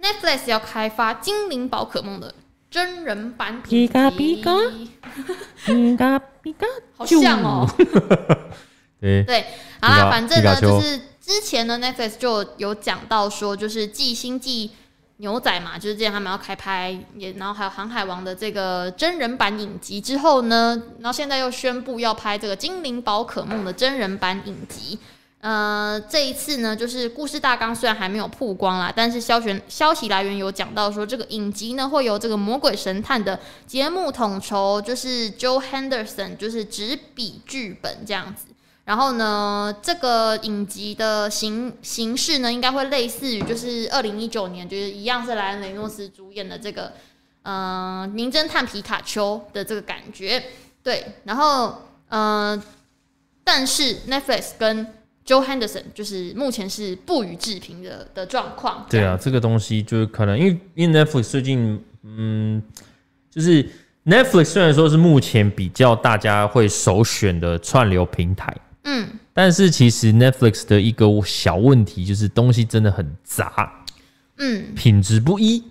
[SPEAKER 2] Netflix 要开发《精灵宝可梦》的真人版皮卡皮卡，好像哦。
[SPEAKER 1] 对，
[SPEAKER 2] 对，好啦，
[SPEAKER 1] 皮卡
[SPEAKER 2] 反正呢，
[SPEAKER 1] 皮卡丘
[SPEAKER 2] 就是之前呢，Netflix 就有讲到说，就是继《星际牛仔》嘛，就是之前他们要开拍，也然后还有《航海王》的这个真人版影集之后呢，然后现在又宣布要拍这个《精灵宝可梦》的真人版影集。呃，这一次呢，就是故事大纲虽然还没有曝光啦，但是消息消息来源有讲到说，这个影集呢会由这个《魔鬼神探》的节目统筹，就是 Joe Henderson，就是执笔剧本这样子。然后呢，这个影集的形形式呢，应该会类似于就是二零一九年，就是一样是莱恩·雷诺斯主演的这个呃《名侦探皮卡丘》的这个感觉。对，然后呃，但是 Netflix 跟 Joe Henderson 就是目前是不予置评的的状况。
[SPEAKER 1] 对啊，这个东西就是可能因为因为 Netflix 最近嗯，就是 Netflix 虽然说是目前比较大家会首选的串流平台。
[SPEAKER 2] 嗯，
[SPEAKER 1] 但是其实 Netflix 的一个小问题就是东西真的很杂，
[SPEAKER 2] 嗯，
[SPEAKER 1] 品质不 一。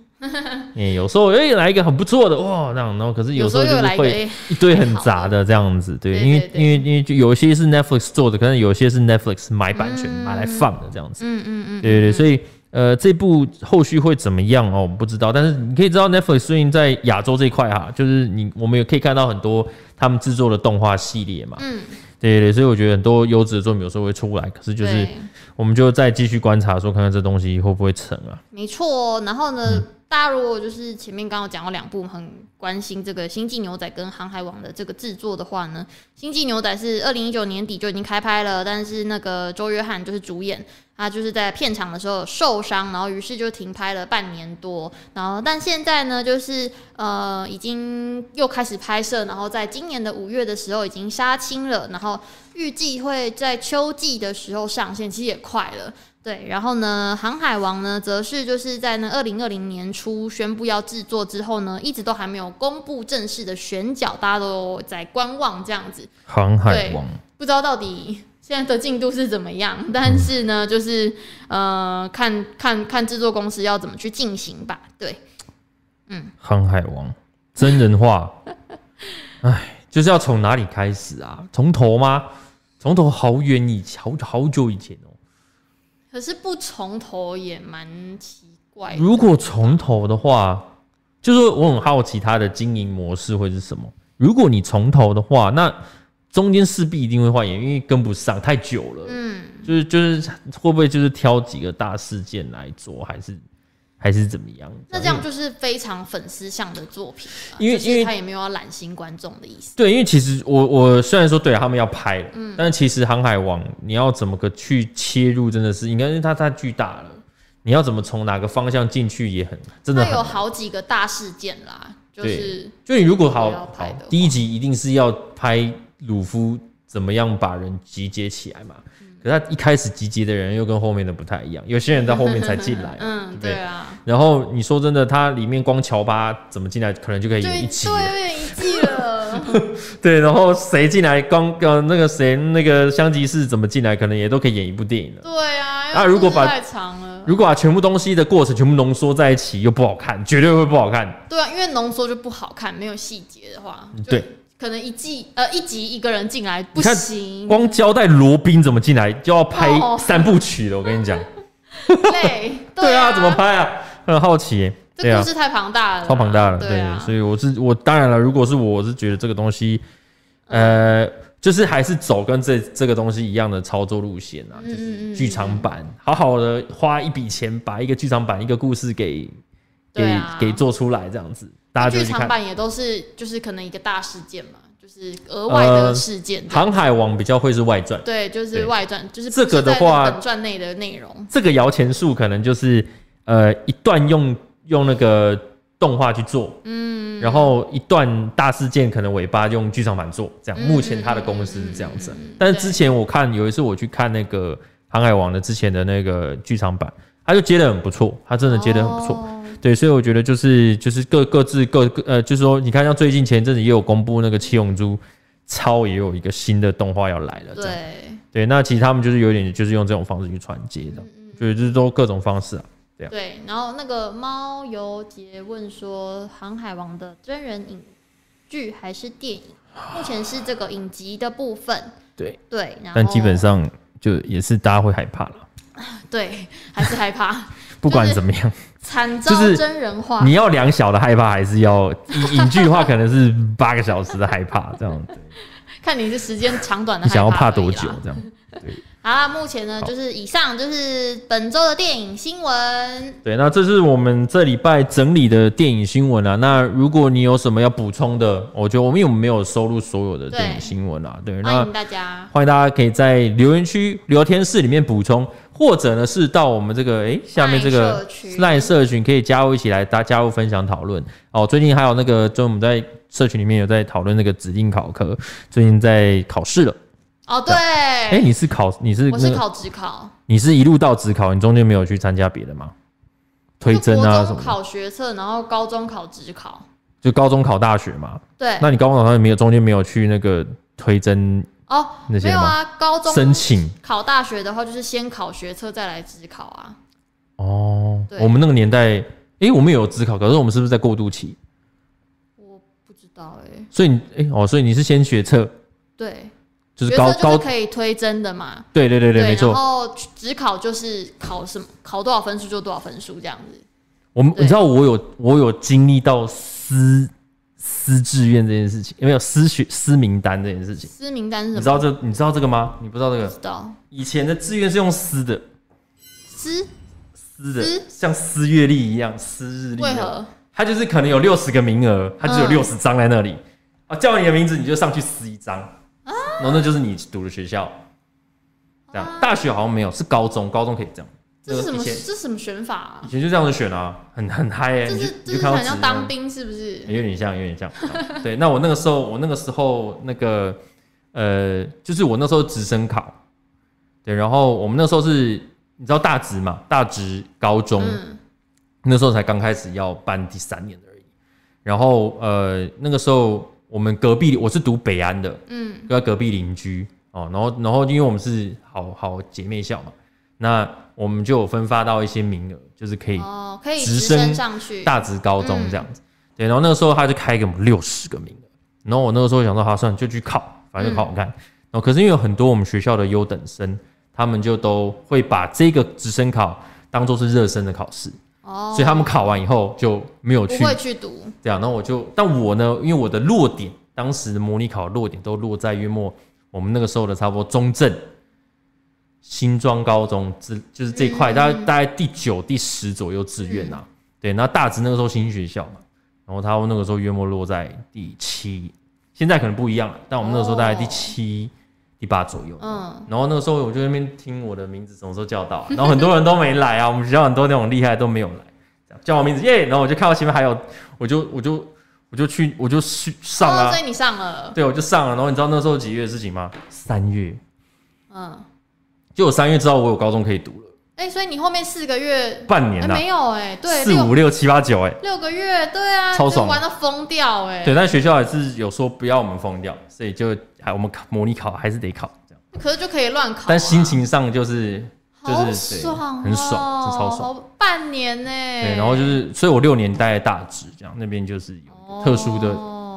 [SPEAKER 1] 欸、有时候哎、来一个很不错的哇，那样，然后可是有时候
[SPEAKER 2] 有
[SPEAKER 1] 就
[SPEAKER 2] 时候
[SPEAKER 1] 是
[SPEAKER 2] 又来一个
[SPEAKER 1] 会
[SPEAKER 2] 哎
[SPEAKER 1] 一堆很杂的这样子，对，
[SPEAKER 2] 对
[SPEAKER 1] 因
[SPEAKER 2] 对
[SPEAKER 1] 为
[SPEAKER 2] 对
[SPEAKER 1] 因为因为就有些是 Netflix 做的，可能有些是 Netflix 买版权买来放的这样子，
[SPEAKER 2] 嗯嗯嗯，
[SPEAKER 1] 对对对，所以呃，这部后续会怎么样哦，我们不知道。但是你可以知道，Netflix 最近在亚洲这一块哈，就是你我们也可以看到很多他们制作的动画系列嘛，
[SPEAKER 2] 嗯，
[SPEAKER 1] 对对对，所以我觉得很多优质的作品有时候会出来，可是就是
[SPEAKER 2] 对
[SPEAKER 1] 我们就再继续观察，说看看这东西会不会成啊？
[SPEAKER 2] 没错。然后呢，大家如果就是前面刚刚有讲到两部很关心这个《星际牛仔》跟《航海王》的这个制作的话呢，《星际牛仔》是二零一九年底就已经开拍了，但是那个周约翰就是主演，他就是在片场的时候受伤，然后于是就停拍了半年多。然后但现在呢，就是呃已经又开始拍摄，然后在今年的五月的时候已经杀青了，然后预计会在秋季的时候上线，其实也快了。对，然后呢，《航海王》呢，则是就是在那二零二零年初宣布要制作之后呢，一直都还没有公布正式的选角，大家都在观望这样子。
[SPEAKER 1] 航海王，
[SPEAKER 2] 不知道到底现在的进度是怎么样，但是呢，就是呃，看看看制作公司要怎么去进行吧。对，
[SPEAKER 1] 航海王真人化，哎，就是要从哪里开始啊？从头吗？从头好远以前，好好久以前哦、
[SPEAKER 2] 可是不从头也蛮奇怪的。
[SPEAKER 1] 如果从头的话，就是我很好奇它的经营模式会是什么。如果你从头的话，那中间势必一定会换演员，因为跟不上太久了。
[SPEAKER 2] 嗯，
[SPEAKER 1] 就是就是会不会就是挑几个大事件来做，还是还是怎么样？
[SPEAKER 2] 那这样就是非常粉丝向的作品吧，
[SPEAKER 1] 因为
[SPEAKER 2] 就是
[SPEAKER 1] 因为
[SPEAKER 2] 他也没有要揽新观众的意思。
[SPEAKER 1] 对，因为其实我我虽然说对他们要拍了，
[SPEAKER 2] 嗯
[SPEAKER 1] 但是其实《航海王》你要怎么个去切入，真的是应该因为它太巨大了，你要怎么从哪个方向进去也很真的
[SPEAKER 2] 他
[SPEAKER 1] 很
[SPEAKER 2] 有
[SPEAKER 1] 难。
[SPEAKER 2] 好几个大事件啦，就
[SPEAKER 1] 对
[SPEAKER 2] 是
[SPEAKER 1] 就你如果好
[SPEAKER 2] 如果要拍
[SPEAKER 1] 好
[SPEAKER 2] 的话，
[SPEAKER 1] 第一集一定是要拍鲁夫怎么样把人集结起来嘛，可是他一开始集结的人又跟后面的不太一样，有些人在后面才进来啊
[SPEAKER 2] 嗯，
[SPEAKER 1] 对
[SPEAKER 2] 对啊，
[SPEAKER 1] 然后你说真的，它里面光乔巴怎么进来，可能就可以
[SPEAKER 2] 就
[SPEAKER 1] 演一集
[SPEAKER 2] 对
[SPEAKER 1] 了。
[SPEAKER 2] 有点一季了，
[SPEAKER 1] 对，然后谁进来，光呃那个谁那个香吉士怎么进来，可能也都可以演一部电影了。
[SPEAKER 2] 对啊，因为
[SPEAKER 1] 啊如果
[SPEAKER 2] 故事
[SPEAKER 1] 把
[SPEAKER 2] 太长了，
[SPEAKER 1] 如果把全部东西的过程全部浓缩在一起，又不好看，绝对会不好看。
[SPEAKER 2] 对啊，因为浓缩就不好看，没有细节的话，就
[SPEAKER 1] 嗯对，
[SPEAKER 2] 可能一季呃一集一个人进来不
[SPEAKER 1] 你看
[SPEAKER 2] 行，
[SPEAKER 1] 光交代罗宾怎么进来，就要拍
[SPEAKER 2] 嗯哦
[SPEAKER 1] 三部曲了。我跟你 讲，
[SPEAKER 2] 累，
[SPEAKER 1] 对啊，
[SPEAKER 2] 啊，
[SPEAKER 1] 怎么？拍啊？很好奇耶、对
[SPEAKER 2] 这
[SPEAKER 1] 啊
[SPEAKER 2] 故，事太庞大了啦，
[SPEAKER 1] 超庞大了。
[SPEAKER 2] 对啊，
[SPEAKER 1] 所以我是我当然了，如果是我，我是觉得这个东西，
[SPEAKER 2] 嗯
[SPEAKER 1] 呃，就是还是走跟这这个东西一样的操作路线啊，
[SPEAKER 2] 嗯
[SPEAKER 1] 就
[SPEAKER 2] 嗯
[SPEAKER 1] 是
[SPEAKER 2] 嗯
[SPEAKER 1] 剧场版，好好的花一笔钱把一个剧场版一个故事给给、
[SPEAKER 2] 对啊
[SPEAKER 1] 给做出来，这样子，大家就
[SPEAKER 2] 剧
[SPEAKER 1] 去
[SPEAKER 2] 场
[SPEAKER 1] 看。
[SPEAKER 2] 版也都是就是可能一个大事件嘛，就是额外的
[SPEAKER 1] 呃
[SPEAKER 2] 事件。
[SPEAKER 1] 航海王比较会是外传，
[SPEAKER 2] 对，就
[SPEAKER 1] 对
[SPEAKER 2] 是外传，就是
[SPEAKER 1] 这
[SPEAKER 2] 不是
[SPEAKER 1] 个的
[SPEAKER 2] 在那
[SPEAKER 1] 话
[SPEAKER 2] 本传内的内容。
[SPEAKER 1] 这个摇钱树可能就是呃一段用用那个动画去做，嗯，然后一段大事件可能尾巴用剧场版做，这样。
[SPEAKER 2] 嗯
[SPEAKER 1] 目前他的公司是这样子
[SPEAKER 2] 嗯嗯嗯嗯，
[SPEAKER 1] 但是之前我看有一次我去看那个《航海王》的之前的那个剧场版，他就接的很不错，他真的接的很不错。
[SPEAKER 2] 哦
[SPEAKER 1] 对，所以我觉得就是就是各各自各各呃，就是说，你看像最近前阵子也有公布那个《七龙珠超》也有一个新的动画要来了，这样
[SPEAKER 2] 对
[SPEAKER 1] 对，那其实他们就是有点就是用这种方式去传接
[SPEAKER 2] 嗯
[SPEAKER 1] 的，对，就是都各种方式啊。
[SPEAKER 2] 对，然后那个猫游杰问说，《航海王》的真人影剧还是电影？目前是这个影集的部分。
[SPEAKER 1] 对，
[SPEAKER 2] 对，然后
[SPEAKER 1] 但基本上就也是大家会害怕了，
[SPEAKER 2] 对还是害 怕
[SPEAKER 1] 不管
[SPEAKER 2] 就是
[SPEAKER 1] 怎么样，
[SPEAKER 2] 惨
[SPEAKER 1] 就
[SPEAKER 2] 遭
[SPEAKER 1] 是
[SPEAKER 2] 真人化。
[SPEAKER 1] 你要两 小的害怕，还是要影影剧的话，可能是八个小时的害怕这样。
[SPEAKER 2] 看你是时间长短的
[SPEAKER 1] 你
[SPEAKER 2] 害
[SPEAKER 1] 想
[SPEAKER 2] 而已啦，
[SPEAKER 1] 要怕多久这样？
[SPEAKER 2] 好啦，目前呢，
[SPEAKER 1] 好
[SPEAKER 2] 就是以上就是本周的电影新闻。
[SPEAKER 1] 对，那这是我们这礼拜整理的电影新闻啊。那如果你有什么要补充的，我觉得我们因为我们没有收录所有的
[SPEAKER 2] 对
[SPEAKER 1] 电影新闻啊，对，
[SPEAKER 2] 欢
[SPEAKER 1] 那
[SPEAKER 2] 迎大家。
[SPEAKER 1] 欢迎大家可以在留言区、聊天室里面补充，或者呢是到我们这个诶下面这
[SPEAKER 2] 赖社
[SPEAKER 1] 个
[SPEAKER 2] 群
[SPEAKER 1] 赖社群可以加入一起来大家加入分享讨论哦。最近还有那个，就我们在社群里面有在讨论那个指定考科，最近在考试了。
[SPEAKER 2] 哦，对，
[SPEAKER 1] 诶，你是考你是、那
[SPEAKER 2] 我
[SPEAKER 1] 哎个、
[SPEAKER 2] 是考职考，
[SPEAKER 1] 你是一路到职考，你中间没有去参加别的吗？推甄啊什
[SPEAKER 2] 就国中
[SPEAKER 1] 么的，
[SPEAKER 2] 考学测，然后高中考职考。
[SPEAKER 1] 就高中考大学嘛。
[SPEAKER 2] 对，
[SPEAKER 1] 那你高中考大学没有中间没有去那个推甄
[SPEAKER 2] 哦，
[SPEAKER 1] 那些
[SPEAKER 2] 没有
[SPEAKER 1] 吗？
[SPEAKER 2] 啊，高中
[SPEAKER 1] 申请
[SPEAKER 2] 考大学的话，就是先考学测，再来职考啊。
[SPEAKER 1] 哦
[SPEAKER 2] 对，
[SPEAKER 1] 我们那个年代，诶，我们有职考，可是我们是不是在过渡期？
[SPEAKER 2] 我不知道哎、
[SPEAKER 1] 所以你，诶，哦，所以你是先学测，
[SPEAKER 2] 对，
[SPEAKER 1] 就是
[SPEAKER 2] 学
[SPEAKER 1] 高
[SPEAKER 2] 测就
[SPEAKER 1] 高，
[SPEAKER 2] 是可以推甄的嘛。
[SPEAKER 1] 对对对对，没
[SPEAKER 2] 然
[SPEAKER 1] 错。
[SPEAKER 2] 后职考就是考什么，考多少分数就多少分数这样子。
[SPEAKER 1] 我们
[SPEAKER 2] 对
[SPEAKER 1] 你知道我有我有经历到私私志愿这件事情，有没有私学私名单这件事情？
[SPEAKER 2] 私名单是
[SPEAKER 1] 你
[SPEAKER 2] 什
[SPEAKER 1] 知
[SPEAKER 2] 么？
[SPEAKER 1] 道这你知道这个吗？你不知道这
[SPEAKER 2] 不
[SPEAKER 1] 个？
[SPEAKER 2] 知道。
[SPEAKER 1] 以前的志愿是用私的，
[SPEAKER 2] 私
[SPEAKER 1] 撕的
[SPEAKER 2] 撕，
[SPEAKER 1] 像撕月历一样，撕日历一啊
[SPEAKER 2] 为
[SPEAKER 1] 样。
[SPEAKER 2] 何？
[SPEAKER 1] 它就是可能有六十个名额，它只有
[SPEAKER 2] 嗯
[SPEAKER 1] 六十张在那里。啊，叫你的名字你就上去撕一张，
[SPEAKER 2] 啊
[SPEAKER 1] 然后那就是你读的学校。这样，大学好像没有，是高中，高中可以这样。
[SPEAKER 2] 啊这是什
[SPEAKER 1] 那个
[SPEAKER 2] 么？
[SPEAKER 1] 以
[SPEAKER 2] 这
[SPEAKER 1] 前
[SPEAKER 2] 是什么选法、啊
[SPEAKER 1] 以？前就这样子选啊，很很嗨哎、
[SPEAKER 2] 这
[SPEAKER 1] 你就是你
[SPEAKER 2] 这
[SPEAKER 1] 就是看到纸
[SPEAKER 2] 很
[SPEAKER 1] 哎
[SPEAKER 2] 像
[SPEAKER 1] 张
[SPEAKER 2] 当兵是不是？
[SPEAKER 1] 有点像，有点像。 对，那我那个时候，我那个时候那个呃，就是我那时候直升考，对，然后我们那时候是，你知道大直嘛，大直高中、
[SPEAKER 2] 嗯，
[SPEAKER 1] 那时候才刚开始要办第三年而已。然后呃，那个时候我们隔壁我是读北安的，
[SPEAKER 2] 嗯，
[SPEAKER 1] 就在隔壁邻居哦。然后然后因为我们是好好姐妹校嘛，那我们就有分发到一些名额，就是可以
[SPEAKER 2] 哦，可以
[SPEAKER 1] 直
[SPEAKER 2] 直
[SPEAKER 1] 升
[SPEAKER 2] 升上去。
[SPEAKER 1] 大职高中这样子。对，然后那个时候他就开给我们六十个名额，然后我那个时候想说，好，算了，就去考，反正就考考看。然后可是因为有很多我们学校的优等生，他们就都会把这个直升考当做是热身的考试，
[SPEAKER 2] 哦，
[SPEAKER 1] 所以他们考完以后就没有
[SPEAKER 2] 不
[SPEAKER 1] 去
[SPEAKER 2] 会去读。
[SPEAKER 1] 这样。然后我就，但我呢，因为我的落点，当时的模拟考的落点都落在约莫我们那个时候的差不多中正。新庄高中之就是这块，大概
[SPEAKER 2] 嗯
[SPEAKER 1] 大概第九、第十左右志愿啊。对，那大直那个时候新学校嘛，然后他那个时候约莫落在第七，现在可能不一样了，但我们那个时候大概第七、第八左右。
[SPEAKER 2] 嗯，
[SPEAKER 1] 然后那个时候我就在那边听我的名字什么时候叫到啊、然后很多人都没来啊，我们学校很多那种厉害都没有来，这样叫我名字耶，然后我就看到前面还有，我就我就我就去我就去上
[SPEAKER 2] 哦，
[SPEAKER 1] 啊
[SPEAKER 2] 所，以你上了。
[SPEAKER 1] 对，我就上了。然后你知道那时候几月的事情吗？三月，
[SPEAKER 2] 嗯，
[SPEAKER 1] 就我三月知道我有高中可以读了，
[SPEAKER 2] 哎，所以你后面四个月
[SPEAKER 1] 半年
[SPEAKER 2] 哎
[SPEAKER 1] 啦、
[SPEAKER 2] 没有哎，对，
[SPEAKER 1] 四五
[SPEAKER 2] 六
[SPEAKER 1] 六七八九，哎，
[SPEAKER 2] 六个月，对啊，
[SPEAKER 1] 超
[SPEAKER 2] 就
[SPEAKER 1] 爽的
[SPEAKER 2] 玩到疯掉哎。
[SPEAKER 1] 对，但学校还是有说不要我们疯掉，所以就还我们考模拟考还是得考这样，
[SPEAKER 2] 可是就可以乱考啊，
[SPEAKER 1] 但心情上就是就是
[SPEAKER 2] 好
[SPEAKER 1] 对
[SPEAKER 2] 爽哦，
[SPEAKER 1] 很爽这超爽
[SPEAKER 2] 好半年呢。
[SPEAKER 1] 对，然后就是，所以我六年待在大直，这样那边就是
[SPEAKER 2] 哦
[SPEAKER 1] 有特殊的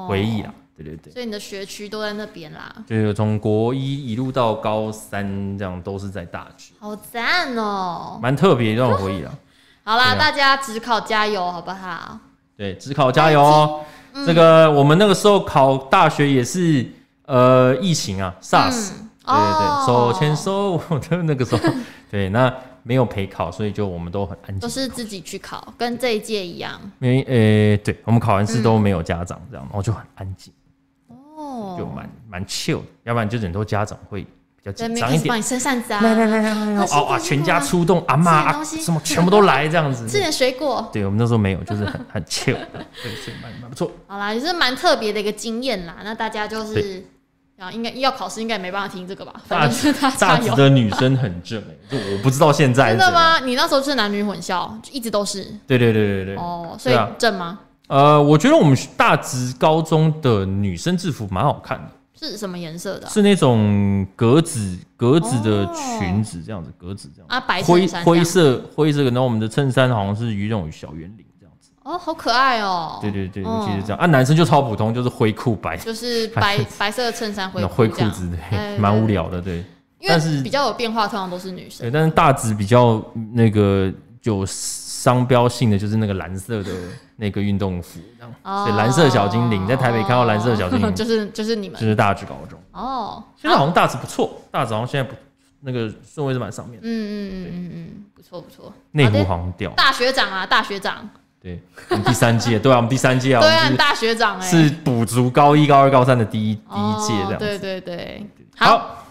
[SPEAKER 1] 回忆
[SPEAKER 2] 啊。
[SPEAKER 1] 啦。对对对，
[SPEAKER 2] 所以你的学区都在那边啦，
[SPEAKER 1] 就是从国一一路到高三，这样都是在大直，
[SPEAKER 2] 好赞哦！
[SPEAKER 1] 蛮特别一段回忆啦。
[SPEAKER 2] 好
[SPEAKER 1] 对啊
[SPEAKER 2] 啦，大家只考加油好不好？
[SPEAKER 1] 对，只考加油哦！这个
[SPEAKER 2] 嗯
[SPEAKER 1] 我们那个时候考大学也是呃疫情啊，SARS，
[SPEAKER 2] 嗯
[SPEAKER 1] 对对对，手牵
[SPEAKER 2] 哦
[SPEAKER 1] 手，我的那个时 候对，那没有陪考，所以就我们都很安
[SPEAKER 2] 都
[SPEAKER 1] 静。
[SPEAKER 2] 是自己去考，跟这一届一样
[SPEAKER 1] 没诶，对我们考完试都没有家长这样，然后就很安静。就
[SPEAKER 2] 嗯哦。
[SPEAKER 1] 蛮蛮 chill，要不然就很多家长会比较
[SPEAKER 2] 在
[SPEAKER 1] 紧
[SPEAKER 2] 那边
[SPEAKER 1] 张
[SPEAKER 2] 开
[SPEAKER 1] 一
[SPEAKER 2] 始
[SPEAKER 1] 点
[SPEAKER 2] 帮。你扇扇子啊，
[SPEAKER 1] 来来来来来，
[SPEAKER 2] 啊
[SPEAKER 1] 来
[SPEAKER 2] 辛
[SPEAKER 1] 哦
[SPEAKER 2] 苦
[SPEAKER 1] 啊，
[SPEAKER 2] 辛
[SPEAKER 1] 全
[SPEAKER 2] 苦
[SPEAKER 1] 家
[SPEAKER 2] 啊
[SPEAKER 1] 出动，阿妈
[SPEAKER 2] 吃点
[SPEAKER 1] 啊，
[SPEAKER 2] 东西
[SPEAKER 1] 什么全部都来这样
[SPEAKER 2] 吃
[SPEAKER 1] 子。
[SPEAKER 2] 点水果。
[SPEAKER 1] 对我们那时候没有，就是很很 chill，对，所以蛮蛮不错。
[SPEAKER 2] 好啦，也是蛮特别的一个经验啦。那大家就是，啊，应该要考试应该也没办法听这个吧？反
[SPEAKER 1] 大
[SPEAKER 2] 正就是大
[SPEAKER 1] 大
[SPEAKER 2] 家
[SPEAKER 1] 直
[SPEAKER 2] 有。
[SPEAKER 1] 的女生很正欸，就我不知道现在是
[SPEAKER 2] 真的
[SPEAKER 1] 怎样？
[SPEAKER 2] 吗？你那时候就是男女混校，就一直都是
[SPEAKER 1] 对对对对对。
[SPEAKER 2] 哦，所以
[SPEAKER 1] 对啊
[SPEAKER 2] 正吗？
[SPEAKER 1] 呃，我觉得我们大直高中的女生制服蛮好看的，
[SPEAKER 2] 是什么颜色的啊？
[SPEAKER 1] 是那种格子格子的
[SPEAKER 2] 哦
[SPEAKER 1] 裙子这样子，格子这样。
[SPEAKER 2] 啊，白
[SPEAKER 1] 灰
[SPEAKER 2] 衬衫这
[SPEAKER 1] 灰
[SPEAKER 2] 样
[SPEAKER 1] 色灰色的，然后我们的衬衫好像是鱼那种小圆领这样子。
[SPEAKER 2] 哦，好可爱哦。
[SPEAKER 1] 对对对，
[SPEAKER 2] 嗯
[SPEAKER 1] 尤其是这样啊，男生就超普通，就是灰裤白
[SPEAKER 2] 就是白白色的衬衫灰
[SPEAKER 1] 那灰
[SPEAKER 2] 这
[SPEAKER 1] 裤
[SPEAKER 2] 样
[SPEAKER 1] 子，
[SPEAKER 2] 哎
[SPEAKER 1] 对，蛮无聊的，对。哎
[SPEAKER 2] 因
[SPEAKER 1] 但是
[SPEAKER 2] 为比较有变化，通常都是女生
[SPEAKER 1] 对，但是大直比较那个有商标性的就是那个蓝 色的那个运动服，这样
[SPEAKER 2] 哦
[SPEAKER 1] 所以蓝色小精灵在台北看到蓝色小精灵，就
[SPEAKER 2] 就是就是你们
[SPEAKER 1] 是大直高中。
[SPEAKER 2] 哦，
[SPEAKER 1] 现在好
[SPEAKER 2] 好
[SPEAKER 1] 像大直不错，大直好像现在不那个顺位是蛮上面的，
[SPEAKER 2] 嗯嗯嗯嗯嗯，不错不错，
[SPEAKER 1] 内
[SPEAKER 2] 好的
[SPEAKER 1] 湖好像掉。
[SPEAKER 2] 大学长啊，大学长，
[SPEAKER 1] 对，我们第三届，对啊，我们第三届啊，
[SPEAKER 2] 对啊，
[SPEAKER 1] 我
[SPEAKER 2] 你
[SPEAKER 1] 们
[SPEAKER 2] 大学长哎、
[SPEAKER 1] 是是补足高一、高二、高三的第一第一届
[SPEAKER 2] 哦
[SPEAKER 1] 这样子。
[SPEAKER 2] 对对对，
[SPEAKER 1] 好，